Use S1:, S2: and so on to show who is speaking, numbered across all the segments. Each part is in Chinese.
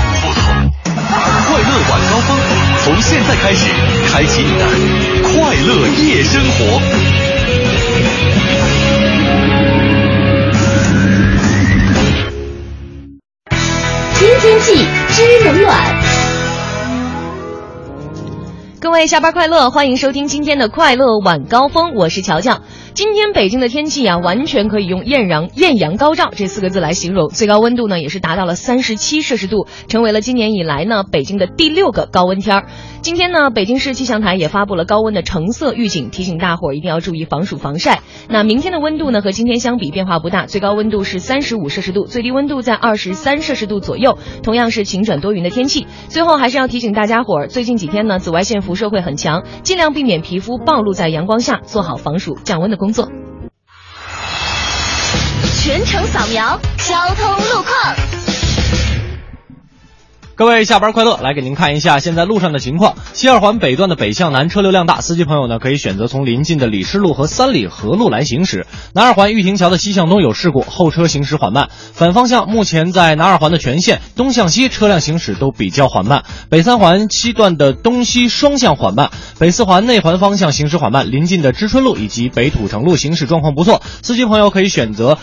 S1: 不同。快乐晚高峰，从现在开始，开启你的快乐夜生活。
S2: 听天气知冷暖。
S3: 各位下班快乐，欢迎收听今天的快乐晚高峰，我是乔乔。今天北京的天气啊，完全可以用艳阳艳阳高照这四个字来形容。最高温度呢，也是达到了三十七摄氏度，成为了今年以来呢北京的第六个高温天儿。今天呢，北京市气象台也发布了高温的橙色预警，提醒大伙儿一定要注意防暑防晒。那明天的温度呢，和今天相比变化不大，最高温度是三十五摄氏度，最低温度在二十三摄氏度左右，同样是晴转多云的天气。最后还是要提醒大家伙儿，最近几天呢，紫外线辐射会很强，尽量避免皮肤暴露在阳光下，做好防暑降温的工作。
S2: 全程扫描交通路况。
S4: 各位下班快乐！来给您看一下现在路上的情况。西二环北段的北向南车流量大，司机朋友呢可以选择从临近的李市路和三里河路来行驶。南二环玉亭桥的西向东有事故，后车行驶缓慢。反方向目前在南二环的全线东向西车辆行驶都比较缓慢。北三环西段的东西双向缓慢，北四环内环方向行驶缓慢。临近的知春路以及北土城路行驶状况不错，司机朋友可以选择。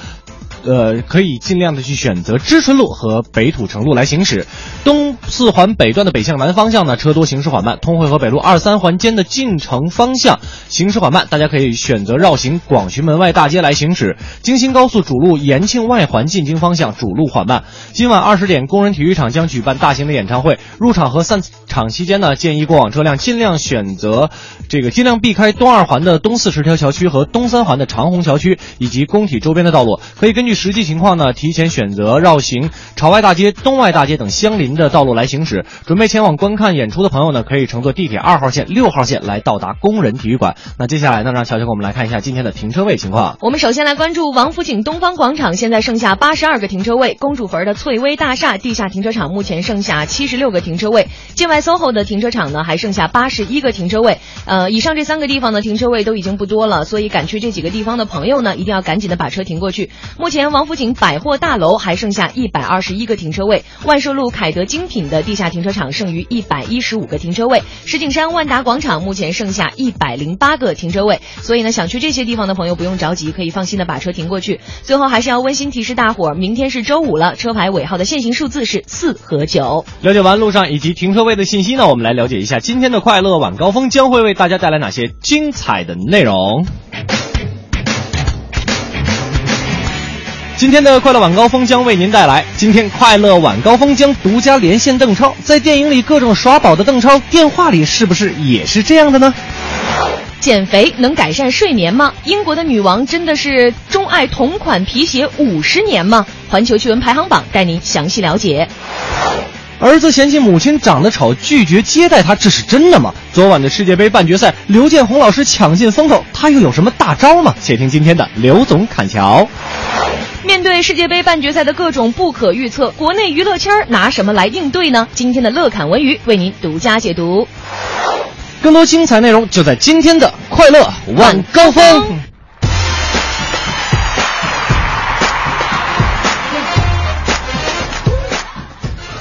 S4: 呃，可以尽量的去选择知春路和北土城路来行驶。东四环北段的北向南方向呢，车多行驶缓慢；通惠河北路二三环间的进城方向行驶缓慢，大家可以选择绕行广渠门外大街来行驶。京新高速主路延庆外环进京方向主路缓慢。今晚二十点，工人体育场将举办大型的演唱会，入场和散场期间呢，建议过往车辆尽量选择这个尽量避开东二环的东四十条桥区和东三环的长虹桥区以及工体周边的道路，可以根据。实际情况呢，提前选择绕行朝外大街、东外大街等相邻的道路来行驶。准备前往观看演出的朋友呢，可以乘坐地铁二号线、六号线来到达工人体育馆。那接下来呢，让乔乔给我们来看一下今天的停车位情况。
S3: 我们首先来关注王府井东方广场，现在剩下八十二个停车位；公主坟的翠微大厦地下停车场目前剩下七十六个停车位；境外 SOHO 的停车场呢还剩下八十一个停车位。呃，以上这三个地方呢停车位都已经不多了，所以赶去这几个地方的朋友呢，一定要赶紧的把车停过去。目前王府井百货大楼还剩下一百二十一个停车位；万寿路凯德精品的地下停车场剩余一百一十五个停车位；石景山万达广场目前剩下一百零八个停车位。所以呢，想去这些地方的朋友不用着急，可以。可以放心的把车停过去。最后还是要温馨提示大伙儿，明天是周五了，车牌尾号的限行数字是四和九。
S4: 了解完路上以及停车位的信息呢，我们来了解一下今天的快乐晚高峰将会为大家带来哪些精彩的内容。今天的快乐晚高峰将为您带来，今天快乐晚高峰将独家连线邓超，在电影里各种耍宝的邓超，电话里是不是也是这样的呢？
S3: 减肥能改善睡眠吗？英国的女王真的是钟爱同款皮鞋五十年吗？环球趣闻排行榜带您详细了解。
S4: 儿子嫌弃母亲长得丑，拒绝接待他，这是真的吗？昨晚的世界杯半决赛，刘建宏老师抢尽风头，他又有什么大招吗？且听今天的刘总侃桥。
S3: 面对世界杯半决赛的各种不可预测，国内娱乐圈拿什么来应对呢？今天的乐侃文娱为您独家解读。
S4: 更多精彩内容就在今天的快乐晚高峰。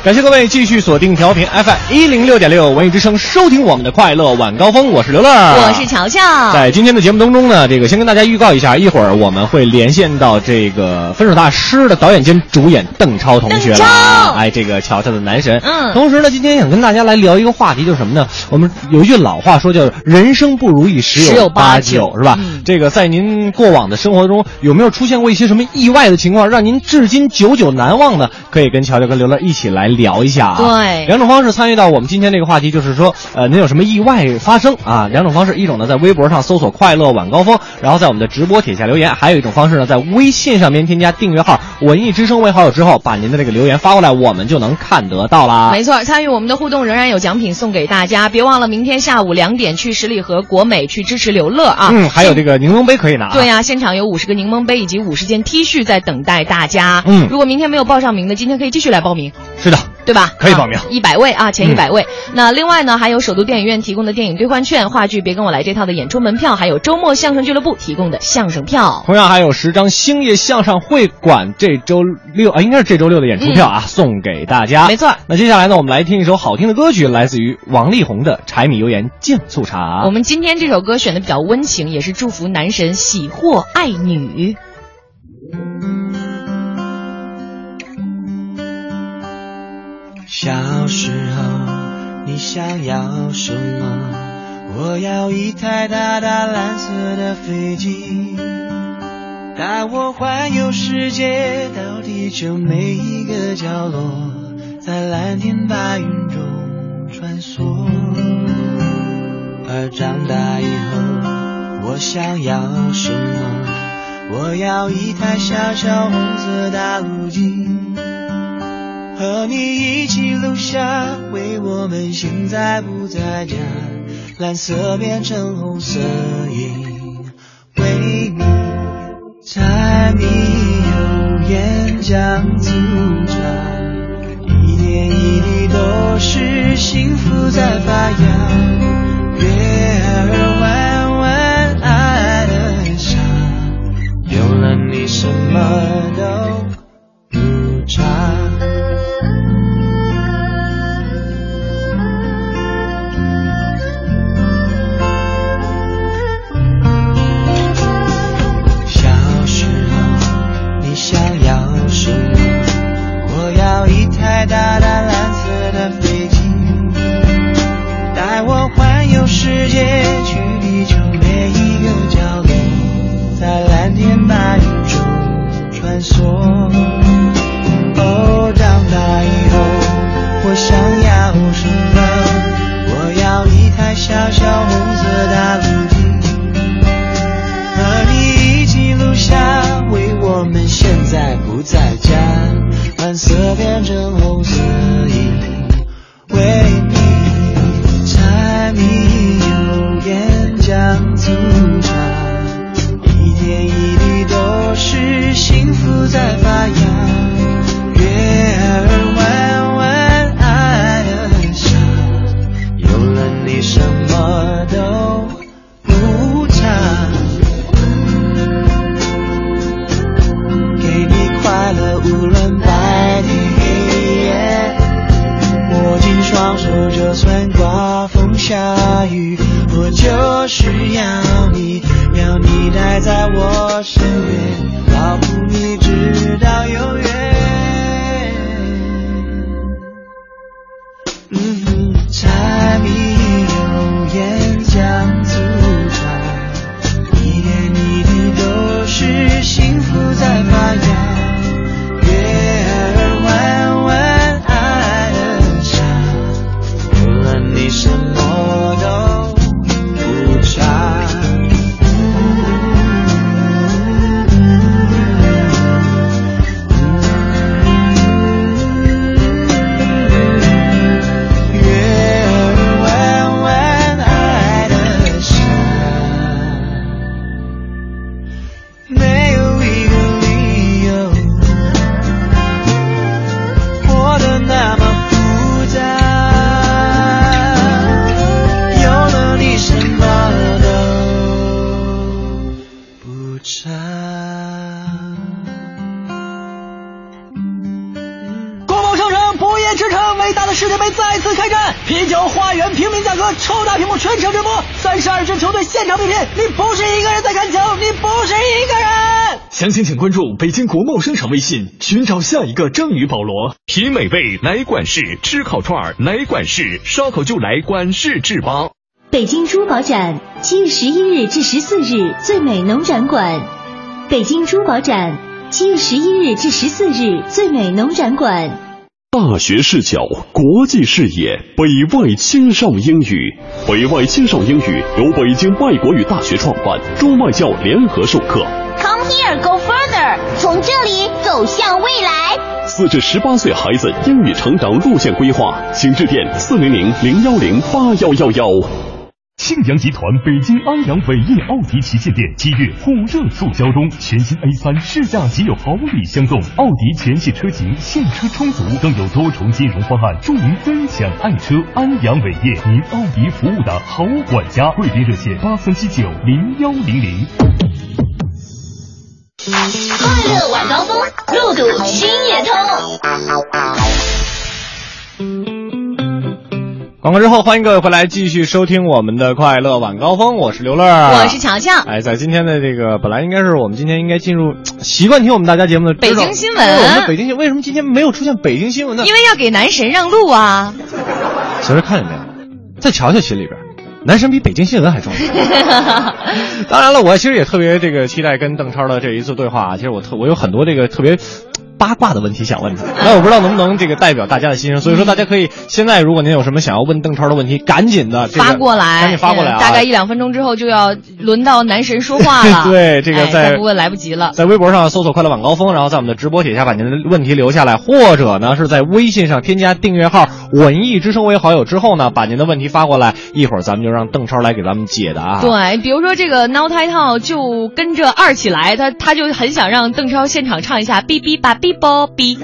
S4: 感谢各位继续锁定调频 FM 一零六点六文艺之声，收听我们的快乐晚高峰。我是刘乐，
S3: 我是乔乔。
S4: 啊在今天的节目当中呢，这个先跟大家预告一下，一会儿我们会连线到这个《分手大师》的导演兼主演邓超同学
S3: 邓
S4: 了
S3: 超。
S4: 哎，这个乔乔的男神。
S3: 嗯
S4: 同时呢，今天想跟大家来聊一个话题，就是什么呢？我们有一句老话说叫“人生不如意
S3: 十
S4: 十
S3: 有八
S4: 八
S3: 九
S4: 是吧？
S3: 嗯
S4: 这个在您过往的生活中有没有出现过一些什么意外的情况，让您至今久久难忘呢？可以跟乔乔跟刘乐一起来聊一下啊。
S3: 对
S4: 两种方式参与到我们今天这个话题，就是说，呃，您有什么意外发生啊？两种方式，一种呢在微博上搜索“快乐晚高峰”，然后在我们的直播帖下留言；还有一种方式呢，在微信上面添加订阅号“文艺之声”为好友之后，把您的这个留言发过来，我们就能看得到啦。
S3: 啊没错，参与我们的互动仍然有奖品送给大家，别忘了明天下午两点去十里河国美去支持刘乐啊。
S4: 嗯，还有这个柠檬杯可以拿。啊
S3: 对呀、现场有五十个柠檬杯以及五十件 T 恤在等待大家。
S4: 嗯
S3: 如果明天没有报上名的，今天可以继续来报名，
S4: 是的，
S3: 对吧？
S4: 可以报名嗯
S3: 一百、100位啊，前一百位。那另外呢，还有首都电影院提供的电影兑换券、话剧《别跟我来这套》的演出门票，还有周末相声俱乐部提供的相声票。
S4: 同样还有十张星夜相声会馆这周六啊，应该是这周六的演出票啊，送给大家。
S3: 嗯没错儿
S4: 那接下来呢，我们来听一首好听的歌曲，来自于王力宏的《柴米油盐酱醋茶
S3: 我》。们今天这首歌选的比较温情，也是祝福男神喜获爱女。
S5: 小时候，你想要什么？我要一台大大蓝色的飞机，带我环游世界，到地球每一个角落，在蓝天白云中穿梭。而长大以后，我想要什么？我要一台小小红色打路机。和你一起留下，为我们现在不在家，蓝色变成红色影，为你柴米油盐酱醋茶，一点一滴都是幸福在发芽，月儿弯弯爱的傻，有了你什么都不差。小时候，你想要什么？我要一台大大蓝色的飞机，带我环游世界，去地球每一个角落，在蓝天白云中穿梭。哦，长大以后，我想要什么？我要一台小小红色大路机。和你一起录下，为我们现在不在家，蓝色变成红色影，为你柴米油盐酱醋茶，一点一滴都是幸福在发芽，月儿弯弯爱的傻，有了你什么都不差。给你快乐，无论白天黑夜。握紧双手，就算刮风下雨，我就是要你，要你待在我身边，保护你直到永远。嗯哼，柴米油盐酱醋茶。一点一滴都是幸福在发芽，月儿弯弯爱的傻，有了你什么都不差。月儿弯弯爱的傻。没有一个理由活得那么复杂，有了你什么都不差。
S6: 国贸商城不夜之城，伟大的世界杯再次开战！啤酒花园平民价格，超大屏幕全程直播，三十二支球队现场比拼，你不是一个人在看球，你不是一个人。
S7: 详情请关注北京国贸商场微信，寻找下一个章鱼保罗。品美味来管事，吃烤串儿来管事，烧烤就来管事志吧。
S2: 北京珠宝展七月十一日至十四日最美农展馆，北京珠宝展七月十一日至十四日最美农展馆。
S7: 大学视角，国际视野，北外青少英语。北外青少英语由北京外国语大学创办，中外教联合授课。
S8: Come here, go further，从这里走向未来。
S7: 四至十八岁孩子英语成长路线规划，请致电四零零零幺零八幺幺幺。
S9: 庆阳集团北京安阳伟业奥迪旗舰店七月火热促销中，全新 A 3试驾即有好礼相送，奥迪全系车型现车充足，更有多重金融方案助您分享爱车。安阳伟业，您奥迪服务的好管家，贵宾热线八三七九零幺零零。
S8: 快乐晚高峰，路堵心也通。
S4: 广告之后，欢迎各位回来继续收听我们的快乐晚高峰，我是刘乐，我
S3: 是乔乔。
S4: 哎，在今天的这个本来应该是我们今天应该进入习惯听我们大家节目的
S3: 北京新闻，
S4: 我们的北京新为什么今天没有出现北京新闻呢？
S3: 因为要给男神让路啊！
S4: 小刘看见没有，在乔乔心里边，男神比北京新闻还重要。 当然了，我其实也特别这个期待跟邓超的这一次对话啊。其实我特我有很多这个特别。八卦的问题想问你，那我不知道能不能这个代表大家的心声，所以说大家可以现在如果您有什么想要问邓超的问题，赶紧的、这个、
S3: 发过来，嗯
S4: 赶紧发过来啊！
S3: 大概一两分钟之后就要轮到男神说话了。
S4: 对，这个在、
S3: 哎、不问来不及了。
S4: 在微博上搜索“快乐晚高峰”，然后在我们的直播帖下把您的问题留下来，或者呢是在微信上添加订阅号“文艺之声”为好友之后呢，把您的问题发过来，一会儿咱们就让邓超来给咱们解答。啊
S3: 对，比如说这个 Now t i t l 就跟着二起来，他他就很想让邓超现场唱一下“哔哔吧哔”。包逼，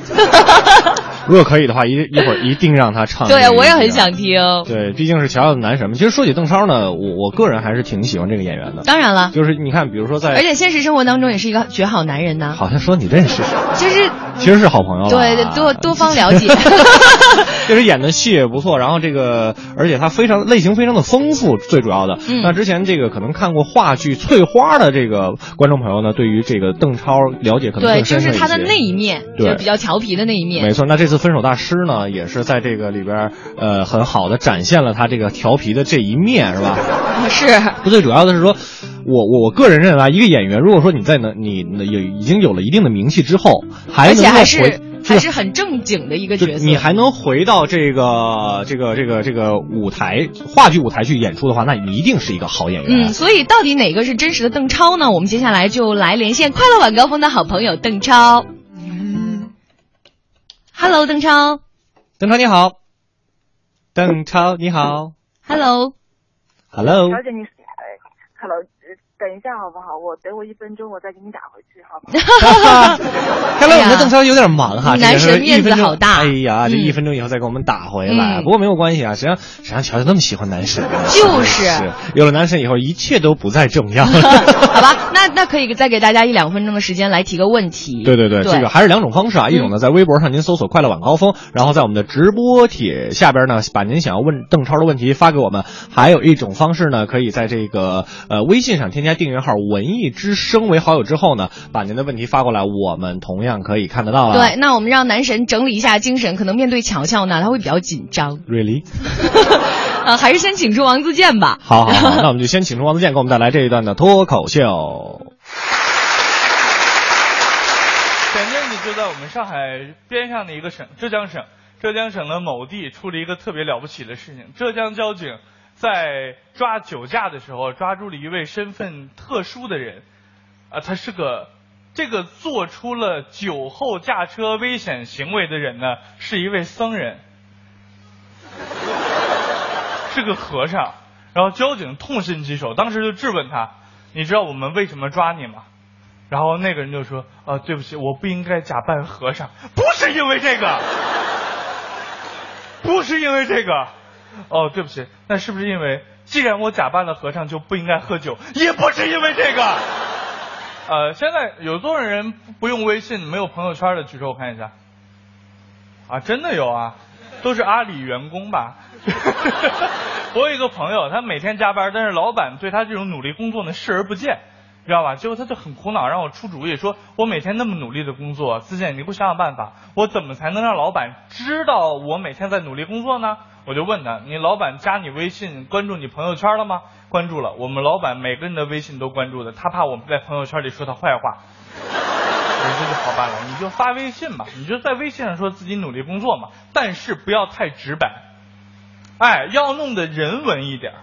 S4: 如果可以的话，一一会儿一定让他唱。
S3: 对，我也很想听。
S4: 啊对，毕竟是乔乔的男神嘛。其实说起邓超呢，我我个人还是挺喜欢这个演员的。
S3: 当然了，
S4: 就是你看，比如说在，
S3: 啊而且现实生活当中也是一个绝好男人呢。
S4: 好像说你认识，
S3: 就是
S4: 其实是好朋友。啊
S3: 对对，多多方了 解。
S4: 就是演的戏也不错，然后这个，而且他非常类型非常的丰富，最主要的。
S3: 嗯、
S4: 那之前这个可能看过话剧《翠花》的这个观众朋友呢，对于这个邓超了解可能
S3: 对，就是他的那一面。就是比较调皮的那一面，
S4: 没错。那这次《分手大师》呢，也是在这个里边，呃，很好的展现了他这个调皮的这一面，是吧？
S3: 是。
S4: 不，最主要的是说，我我我个人认为啊，一个演员，如果说你在能你有已经有了一定的名气之后，还
S3: 而且
S4: 能
S3: 还
S4: 够回。
S3: 是还是很正经的一个角色，
S4: 你还能回到这个这个这个这个舞台话剧舞台去演出的话，那你一定是一个好演员。
S3: 嗯，所以到底哪个是真实的邓超呢？我们接下来就来连线快乐晚高峰的好朋友邓超。Hello，邓超。
S4: 邓超你好。邓超你好。
S3: Hello。
S4: Hello。
S10: 哎小姐你，Hello，等呃一下好不好？我等我一分钟，我再给你打回去，好不好？
S4: 看来我们的邓超有点忙哈，
S3: 男神面子好大。嗯
S4: 哎呀，这一分钟以后再给我们打回来，不过没有关系啊，谁让谁让乔乔那么喜欢男神？
S3: 就是
S4: 有了男神以后，一切都不再重要。
S3: 好吧，那那可以再给大家一两分钟的时间来提个问题。
S4: 对对对，这个还是两种方式
S3: 嗯
S4: 啊，一种呢在微博上您搜索“快乐晚高峰”，然后在我们的直播帖下边呢把您想要问邓超的问题发给我们；还有一种方式呢，可以在这个呃微信上添加订阅号“文艺之声”为好友之后呢，把您的问题发过来，我们。同样可以看得到了。啊
S3: 对，那我们让男神整理一下精神，可能面对乔乔呢，他会比较紧张。
S4: Really？
S3: 呃，还是先请出王自健吧。
S4: 好,好，好，那我们就先请出王自健，给我们带来这一段的脱口秀。
S11: 前阵子就在我们上海边上的一个省，浙江省，浙江省的某地出了一个特别了不起的事情。浙江交警在抓酒驾的时候，抓住了一位身份特殊的人，啊、呃，他是个。这个做出了酒后驾车危险行为的人呢，是一位僧人，是个和尚。然后交警痛心疾首，当时就质问他：“你知道我们为什么抓你吗？”然后那个人就说：“啊、呃，对不起，我不应该假扮和尚，不是因为这个，不是因为这个。哦，对不起，那是不是因为既然我假扮了和尚，就不应该喝酒？也不是因为这个。”呃，现在有多少人不用微信、没有朋友圈的？举手我看一下。啊，真的有啊，都是阿里员工吧？ 我有一个朋友，他每天加班，但是老板对他这种努力工作呢视而不见，知道吧？结果他就很苦恼，让我出主意，说我每天那么努力的工作，自健，你给我想想办法，我怎么才能让老板知道我每天在努力工作呢？我就问他，你老板加你微信关注你朋友圈了吗？关注了，我们老板每个人的微信都关注的，他怕我们在朋友圈里说他坏话。我说这就好办了，你就发微信嘛，你就在微信上说自己努力工作嘛，但是不要太直白，哎，要弄得人文一点儿。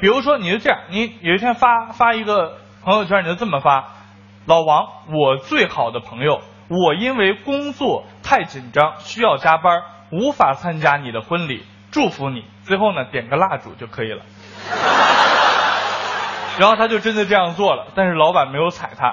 S11: 比如说，你就这样，你有一天发发一个朋友圈，你就这么发：老王，我最好的朋友，我因为工作太紧张，需要加班，无法参加你的婚礼，祝福你。最后呢，点个蜡烛就可以了。然后他就真的这样做了，但是老板没有踩他。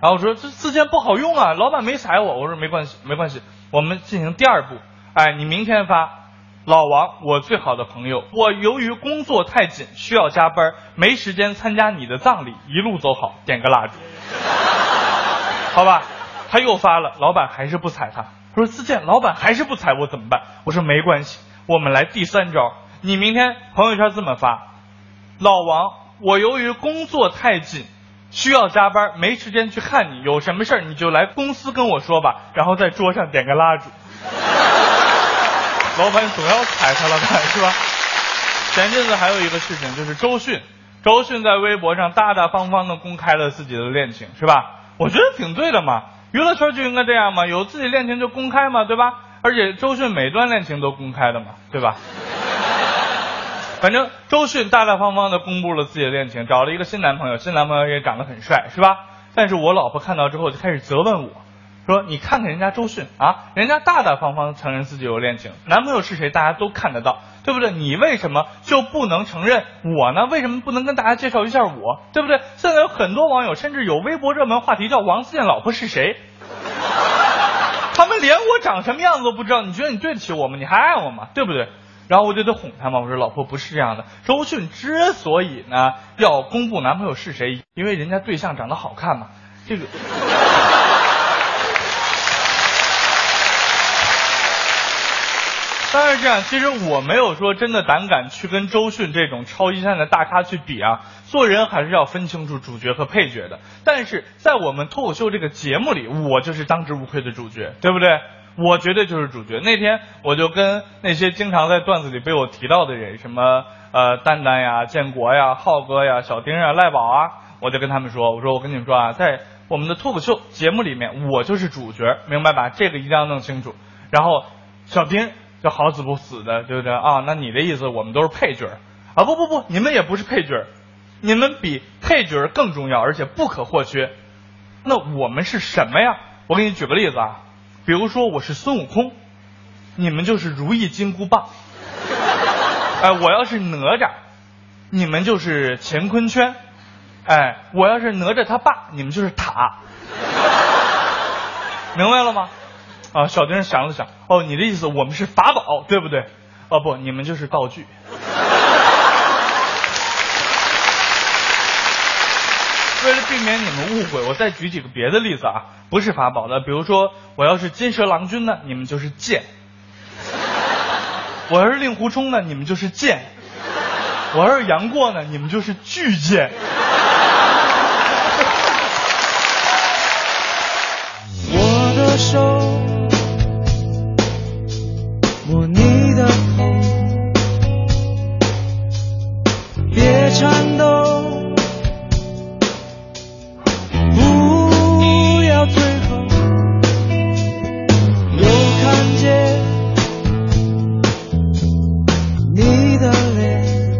S11: 然后我说这字间不好用啊，老板没踩我。我说没关系，没关系，我们进行第二步。哎，你明天发，老王，我最好的朋友，我由于工作太紧，需要加班，没时间参加你的葬礼，一路走好，点个蜡烛， 好吧？他又发了，老板还是不踩他。他说自荐，老板还是不踩我怎么办？我说没关系，我们来第三招，你明天朋友圈这么发，老王，我由于工作太紧，需要加班，没时间去看你。有什么事儿你就来公司跟我说吧，然后在桌上点个蜡烛。老板总要踩他了吧，是吧？前阵子还有一个事情，就是周迅，周迅在微博上大大方方的公开了自己的恋情，是吧？我觉得挺对的嘛，娱乐圈就应该这样嘛，有自己恋情就公开嘛，对吧？而且周迅每段恋情都公开的嘛，对吧？反正周迅大大方方的公布了自己的恋情，找了一个新男朋友，新男朋友也长得很帅，是吧？但是我老婆看到之后就开始责问我，说你看看人家周迅啊，人家大大方方承认自己有恋情，男朋友是谁大家都看得到，对不对？你为什么就不能承认我呢？为什么不能跟大家介绍一下我，对不对？现在有很多网友，甚至有微博热门话题叫王自健老婆是谁， 他们连我长什么样子都不知道，你觉得你对得起我吗？你还爱我吗？对不对？然后我就得哄他嘛，我说老婆不是这样的。周迅之所以呢要公布男朋友是谁，因为人家对象长得好看嘛，这个。当然是这样，其实我没有说真的胆敢去跟周迅这种超一线的大咖去比啊。做人还是要分清楚主角和配角的。但是在我们脱口秀这个节目里，我就是当之无愧的主角，对不对？我绝对就是主角。那天我就跟那些经常在段子里被我提到的人，什么呃蛋蛋呀、建国呀、浩哥呀、小丁呀、赖宝啊，我就跟他们说，我说我跟你们说啊，在我们的脱口秀节目里面，我就是主角，明白吧？这个一定要弄清楚。然后小丁就好死不死的，对不对啊？那你的意思，我们都是配角儿啊？不不不，你们也不是配角儿，你们比配角儿更重要，而且不可或缺。那我们是什么呀？我给你举个例子啊，比如说我是孙悟空，你们就是如意金箍棒； 哎，我要是哪吒，你们就是乾坤圈；哎，我要是哪吒他爸，你们就是塔。 明白了吗？啊，小丁想了想，哦，你的意思我们是法宝，对不对？哦不，你们就是道具。 为了避免你们误会，我再举几个别的例子啊，不是法宝的，比如说我要是金蛇郎君呢，你们就是剑；我要是令狐冲呢，你们就是剑；我要是杨过呢，你们就是巨剑。
S5: 我的手摸你的头，别颤抖，不要退后。又看见你的脸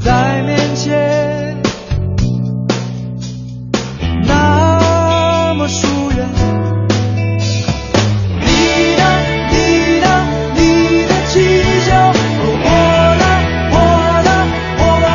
S5: 在面前。那么疏远。你的，你的，你的气球，我来，我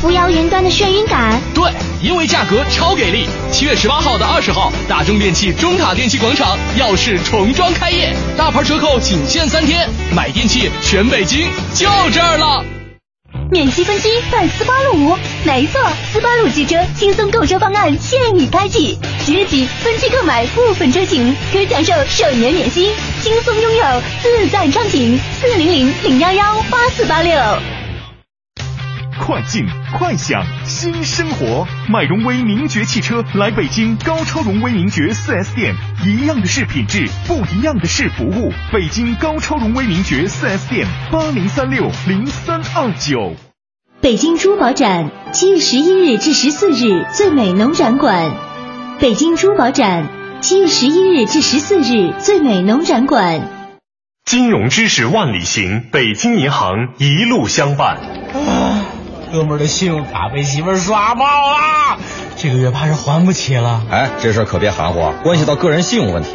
S12: 扶摇云端的眩晕感。
S13: 对，因为价格超给力，七月十八号到二十号，大中电器中塔电器广场耀世重装开业，大牌折扣仅限三天，买电器全北京就这儿了。
S14: 免息分期办斯巴鲁，没错，斯巴鲁汽车轻松购车方案现已开启，即日起分期购买部分车型可享受首年免息，轻松拥有，自在畅行。四零零零幺幺八四八六。
S2: 快进快享新生活，买荣威名爵汽车来北京高超荣威名爵 4S 店，一样的是品质，不一样的是服务。北京高超荣威名爵 4S 店，八零三六零三二九。
S14: 北京珠宝展七月十一日至十四日，最美农展馆。北京珠宝展七月十一日至十四日，最美农展馆。
S15: 金融知识万里行，北京银行一路相伴。
S9: 哥们儿的信用卡被媳妇儿刷爆了，啊这个月怕是还不起了。
S6: 哎，这事儿可别含糊，啊关系到个人信用问题。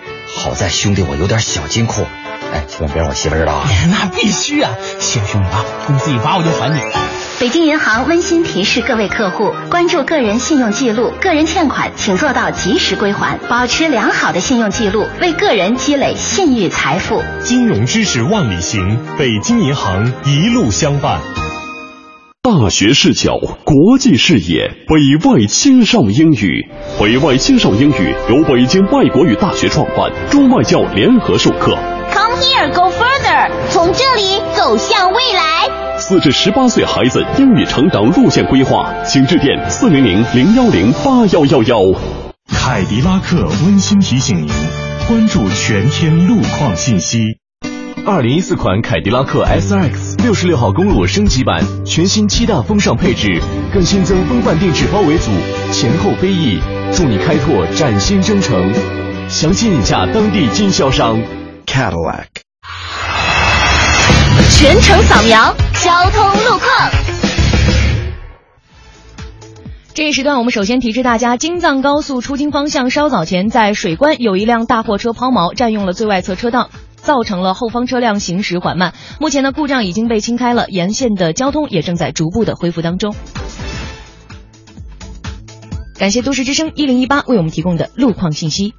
S6: 好在兄弟我有点小金库，哎，千万别让我媳妇知道啊。
S9: 哎那必须啊，谢谢兄弟啊，工资一发我就还你。
S14: 北京银行温馨提示各位客户，关注个人信用记录，个人欠款请做到及时归还，保持良好的信用记录，为个人积累信誉财富。
S15: 金融知识万里行，北京银行一路相伴。
S7: 大学视角，国际视野，北外青少英语。北外青少英语由北京外国语大学创办，中外教联合授课。
S12: Come here, go further，从这里走向未来。
S7: 四至十八岁孩子英语成长路线规划，请致电四零零零幺零八幺幺幺。
S15: 凯迪拉克温馨提醒您，关注全天路况信息。
S16: 二零一四款凯迪拉克 SRX 六十六号公路升级版，全新七大风尚配置，更新增风范定制包围组，前后飞翼，助你开拓崭新征程。详情请洽当地经销商
S15: Cadillac。
S14: 全程扫描交通路况。
S3: 这一时段，我们首先提示大家，京藏高速出京方向稍早前在水关有一辆大货车抛锚，占用了最外侧车道。造成了后方车辆行驶缓慢。目前呢，故障已经被清开了，沿线的交通也正在逐步的恢复当中。感谢都市之声一零一八为我们提供的路况信息。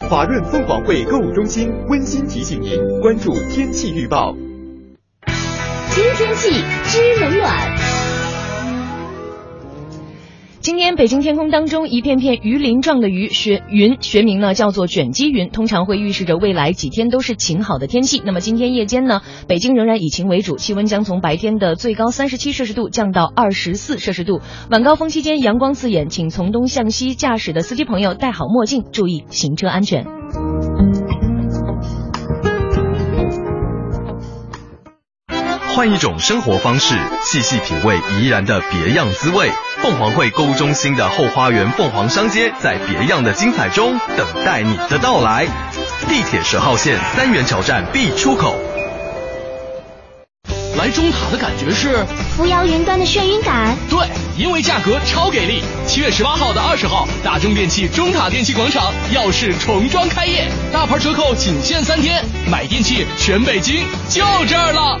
S17: 华润凤凰汇购物中心温馨提醒您关注天气预报。
S14: 知天气，知冷暖。
S3: 今天北京天空当中一片片鱼鳞状的鱼学云，学名呢叫做卷积云，通常会预示着未来几天都是晴好的天气。那么今天夜间呢，北京仍然以晴为主，气温将从白天的最高三十七摄氏度降到二十四摄氏度。晚高峰期间阳光刺眼，请从东向西驾驶的司机朋友戴好墨镜，注意行车安全。
S17: 换一种生活方式，细细品味怡然的别样滋味。凤凰汇购物中心的后花园凤凰商街，在别样的精彩中等待你的到来。地铁十号线三元桥站 B 出口。
S13: 来中塔的感觉是
S12: 扶摇云端的眩晕感。
S16: 对，因为价格超给力。七月十八号到二十号，大中电器中塔电器广场耀世重装开业，大牌折扣仅限三天，买电器全北京就这儿了。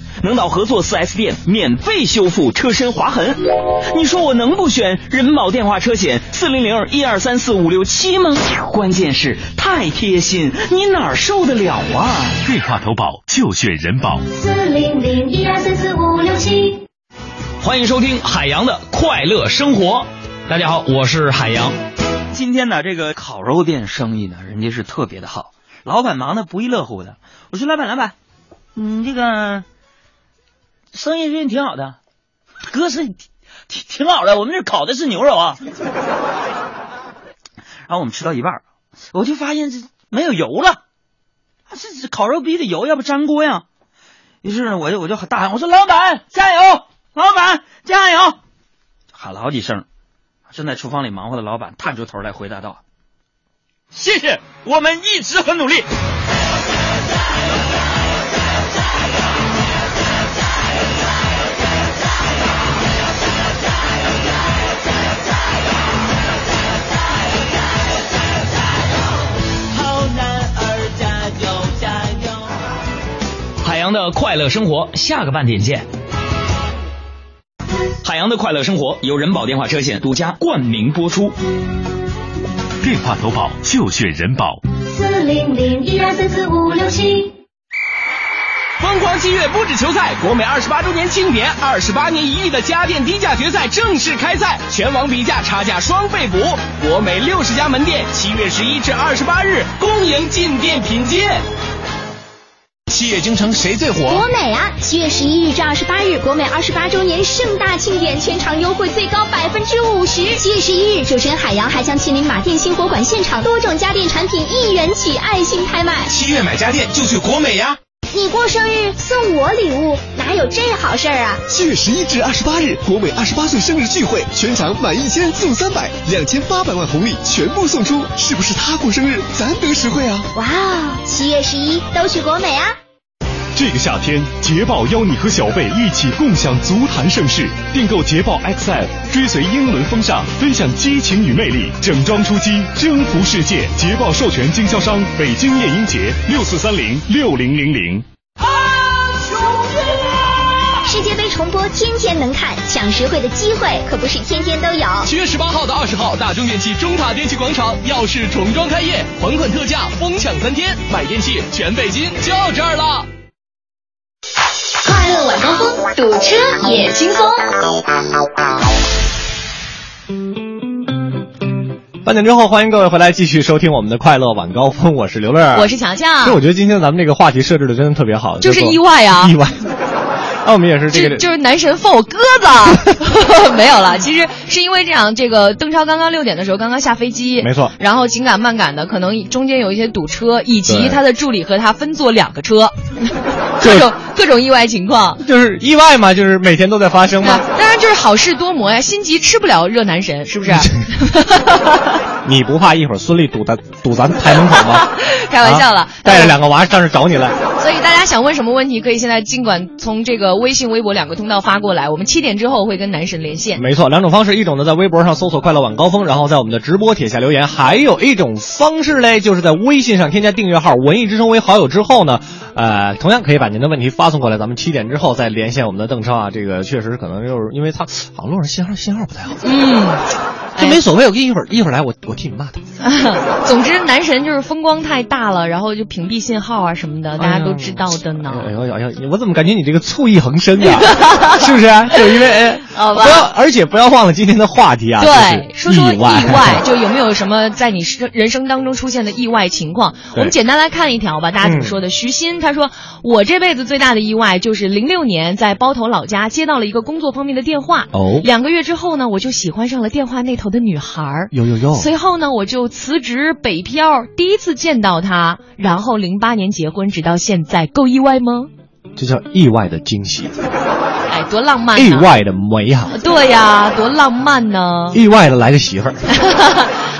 S18: 能到合作 4S 店免费修复车身划痕。你说我能不选人保电话车险四零零一二三四五六七吗？关键是太贴心，你哪儿受得了啊？
S2: 电话投保就选人保。
S12: 四零零一二三四五六七。
S19: 欢迎收听海洋的快乐生活。大家好，我是海洋。
S9: 今天呢，这个烤肉店生意呢，人家是特别的好，老板忙得不亦乐乎的。我说老板，老板，你这个
S18: 生意运挺好的，哥是挺挺好的。我们这烤的是牛肉啊。然后我们吃到一半儿，我就发现这没有油了，啊这这烤肉必须得油，要不粘锅呀。于是呢，我就我就大喊，我说老板加油，老板加油，喊了好几声。正在厨房里忙活的老板探出头来回答道：“
S20: 谢谢，我们一直很努力。
S21: 好男儿加油加油！
S22: 海洋的快乐生活，下个半点见。海洋的快乐生活由人保电话车险独家冠名播出。
S23: 电话投保就选人保。
S2: 四零零一二三四五六七。
S13: 疯狂七月不止球赛，国美二十八周年庆典，二十八年一遇的家电低价决赛正式开赛，全网比价差价双倍补。国美六十家门店，七月十一至二十八日恭迎进店品鉴。七月京城谁最火？
S14: 国美啊！七月十一日至二十八日，国美二十八周年盛大庆典，全场优惠最高百分之五十。七月十一日，主持人海洋还将亲临马甸新火馆现场，多种家电产品一元起爱心拍卖。
S13: 七月买家电就去国美呀！
S14: 你过生日送我礼物，哪有这好事儿啊？
S17: 七月十一至二十八日，国美二十八岁生日聚会，全场满一千送三百，两千八百万红利全部送出，是不是他过生日，咱得实惠啊？
S14: 哇哦，七月十一都去国美啊！
S15: 这个夏天，捷豹邀你和小贝一起共享足坛盛世。订购捷豹 XF，追随英伦风尚，分享激情与魅力，整装出击，征服世界。捷豹授权经销商北京夜鹰节，六四三零六零零零。
S14: 世界杯重播天天能看，抢实惠的机会可不是天天都有。
S13: 七月十八号到二十号，大中电器中塔电器广场耀世重装开业，还款特价疯抢三天，买电器全北京就这儿了。
S24: 快乐晚高峰，堵车也轻松。
S4: 半点之后，欢迎各位回来继续收听我们的快乐晚高峰，我是刘乐，
S3: 我是强强
S4: 其啊实我觉得今天咱们这个话题设置的真的特别好，
S3: 就是
S4: 叫做
S3: 意外啊
S4: 意外。 啊，我们也是这个，
S3: 就是男神放我鸽子， 没有了。其实是因为这样，这个邓超刚刚六点的时候刚刚下飞机，
S4: 没错
S3: 然后紧赶慢赶的，可能中间有一些堵车，以及
S4: 对
S3: 他的助理和他分坐两个 车，
S4: 就
S3: 各种各种意外情况。
S4: 就是意外嘛，就是每天都在 发生嘛。
S3: 当然这是好事多磨呀，心急吃不了热男神，是 不是？
S4: 你不怕一会儿孙俪堵咱堵咱台门口吗？
S3: 开玩笑了
S4: 啊带着两个娃上这找你来。
S3: 所以大家想问什么问题，可以现在尽管从这个微信、微博两个通道发过来，我们七点之后会跟男神连线。
S4: 没错，两种方式，一种呢在微博上搜索“快乐晚高峰”，然后在我们的直播帖下留言；还有一种方式嘞，就是在微信上添加订阅号“文艺之声”为好友之后呢，呃，同样可以把您的问题发送过来，咱们七点之后再连线我们的邓超啊。这个确实可能就是因为他好像路上信号信号不太好，
S3: 嗯，
S4: 这没所谓，我给你一会儿一会儿来，我我替你骂他。
S3: 总之，男神就是风光太大了，然后就屏蔽信号啊什么
S4: 嗯
S3: 的，大家都知道的啊呢。
S4: 哎呦哎呦哎呦，我怎么感觉你这个醋意横生 啊？是不是？就是因为哎，
S3: 好吧
S4: 不要，而且不要忘了今天的话题啊，
S3: 对，
S4: 就
S3: 说
S4: 是
S3: 说
S4: 意
S3: 意
S4: 外，
S3: 外，就有没有什么在你生人生当中出现的意外情况？
S4: 对
S3: 我们简单来看一条吧，大家怎么说的？徐新他说，我这辈子最大的意外就是零六年在包头老家接到了一个工作方面的电话，
S4: 哦
S3: 两个月之后呢，我就喜欢上了电话那头的女孩儿，
S4: 有有有，
S3: 随后呢，我就辞职北漂，第一次见到她，然后零八年结婚，直到现在，够意外吗？
S4: 这叫意外的惊喜，
S3: 哎，多浪漫、啊！
S4: 意。外的美好，
S3: 对呀，多浪漫呢、
S4: 意外的来个媳妇儿。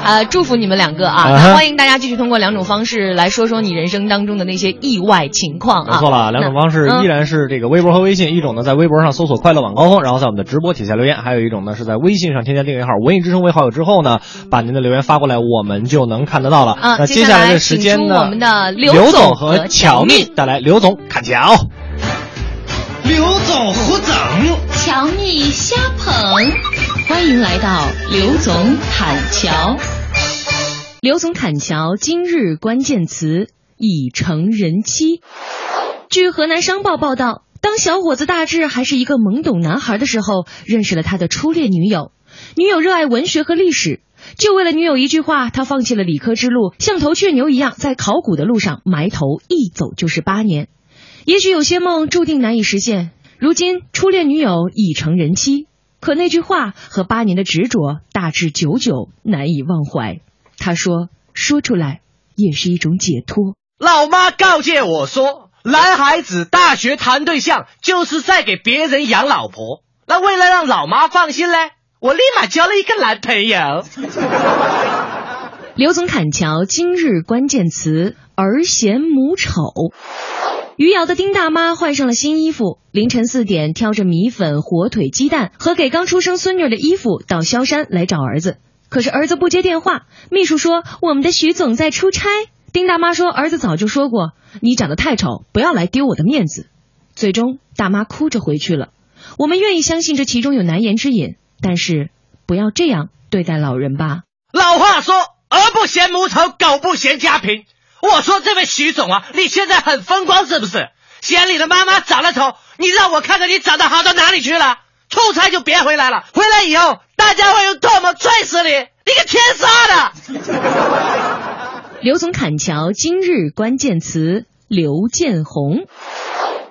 S3: 呃，祝福你们两个啊！
S4: 啊哈
S3: 那欢迎大家继续通过两种方式来说说你人生当中的那些意外情况 啊。
S4: 没错了，两种方式
S3: 那嗯
S4: 依然是这个微博和微信，一种呢在微博上搜索“快乐晚高峰”，然后在我们的直播帖下留言；还有一种呢是在微信上添加订阅号“文艺之声”为好友之后呢，把您的留言发过来，我们就能看得到了。
S3: 啊
S4: 那
S3: 接
S4: 接
S3: 下
S4: 下
S3: 来
S4: 的时间
S3: 请出
S4: 呢，
S3: 我们的刘
S4: 刘
S3: 总
S4: 总
S3: 和
S4: 和
S3: 乔
S4: 乔
S3: 蜜
S4: 蜜带来刘总看桥。
S25: 刘总胡总，
S24: 乔蜜瞎捧，欢迎来到刘总侃桥。
S3: 刘总砍桥今日关键词已成人妻。据河南商报报道，当小伙子大志还是一个懵懂男孩的时候，认识了他的初恋女友。女友热爱文学和历史，就为了女友一句话，他放弃了理科之路，像头倔牛一样在考古的路上埋头，一走就是八年。也许有些梦注定难以实现。如今初恋女友已成人妻，可那句话和八年的执着，大致久久难以忘怀。他说：“说出来也是一种解脱。”
S1: 老妈告诫我说，男孩子大学谈对象就是在给别人养老婆。那为了让老妈放心嘞，我立马交了一个男朋友。
S3: 刘总砍桥今日关键词：儿贤母丑。余姚的丁大妈换上了新衣服，凌晨四点挑着米粉、火腿、鸡蛋和给刚出生孙女的衣服到萧山来找儿子。可是儿子不接电话，秘书说我们的徐总在出差。丁大妈说儿子早就说过，你长得太丑，不要来丢我的面子。最终大妈哭着回去了。我们愿意相信这其中有难言之隐，但是不要这样对待老人吧。
S1: 老话说，儿不嫌母丑，狗不嫌家贫。我说这位徐总啊，你现在很风光是不是？嫌你的妈妈长得丑，你让我看看你长得好到哪里去了？出差就别回来了，回来以后大家会用唾沫拽死你，你个天杀
S3: 的！刘总砍桥今日关键词：刘建宏。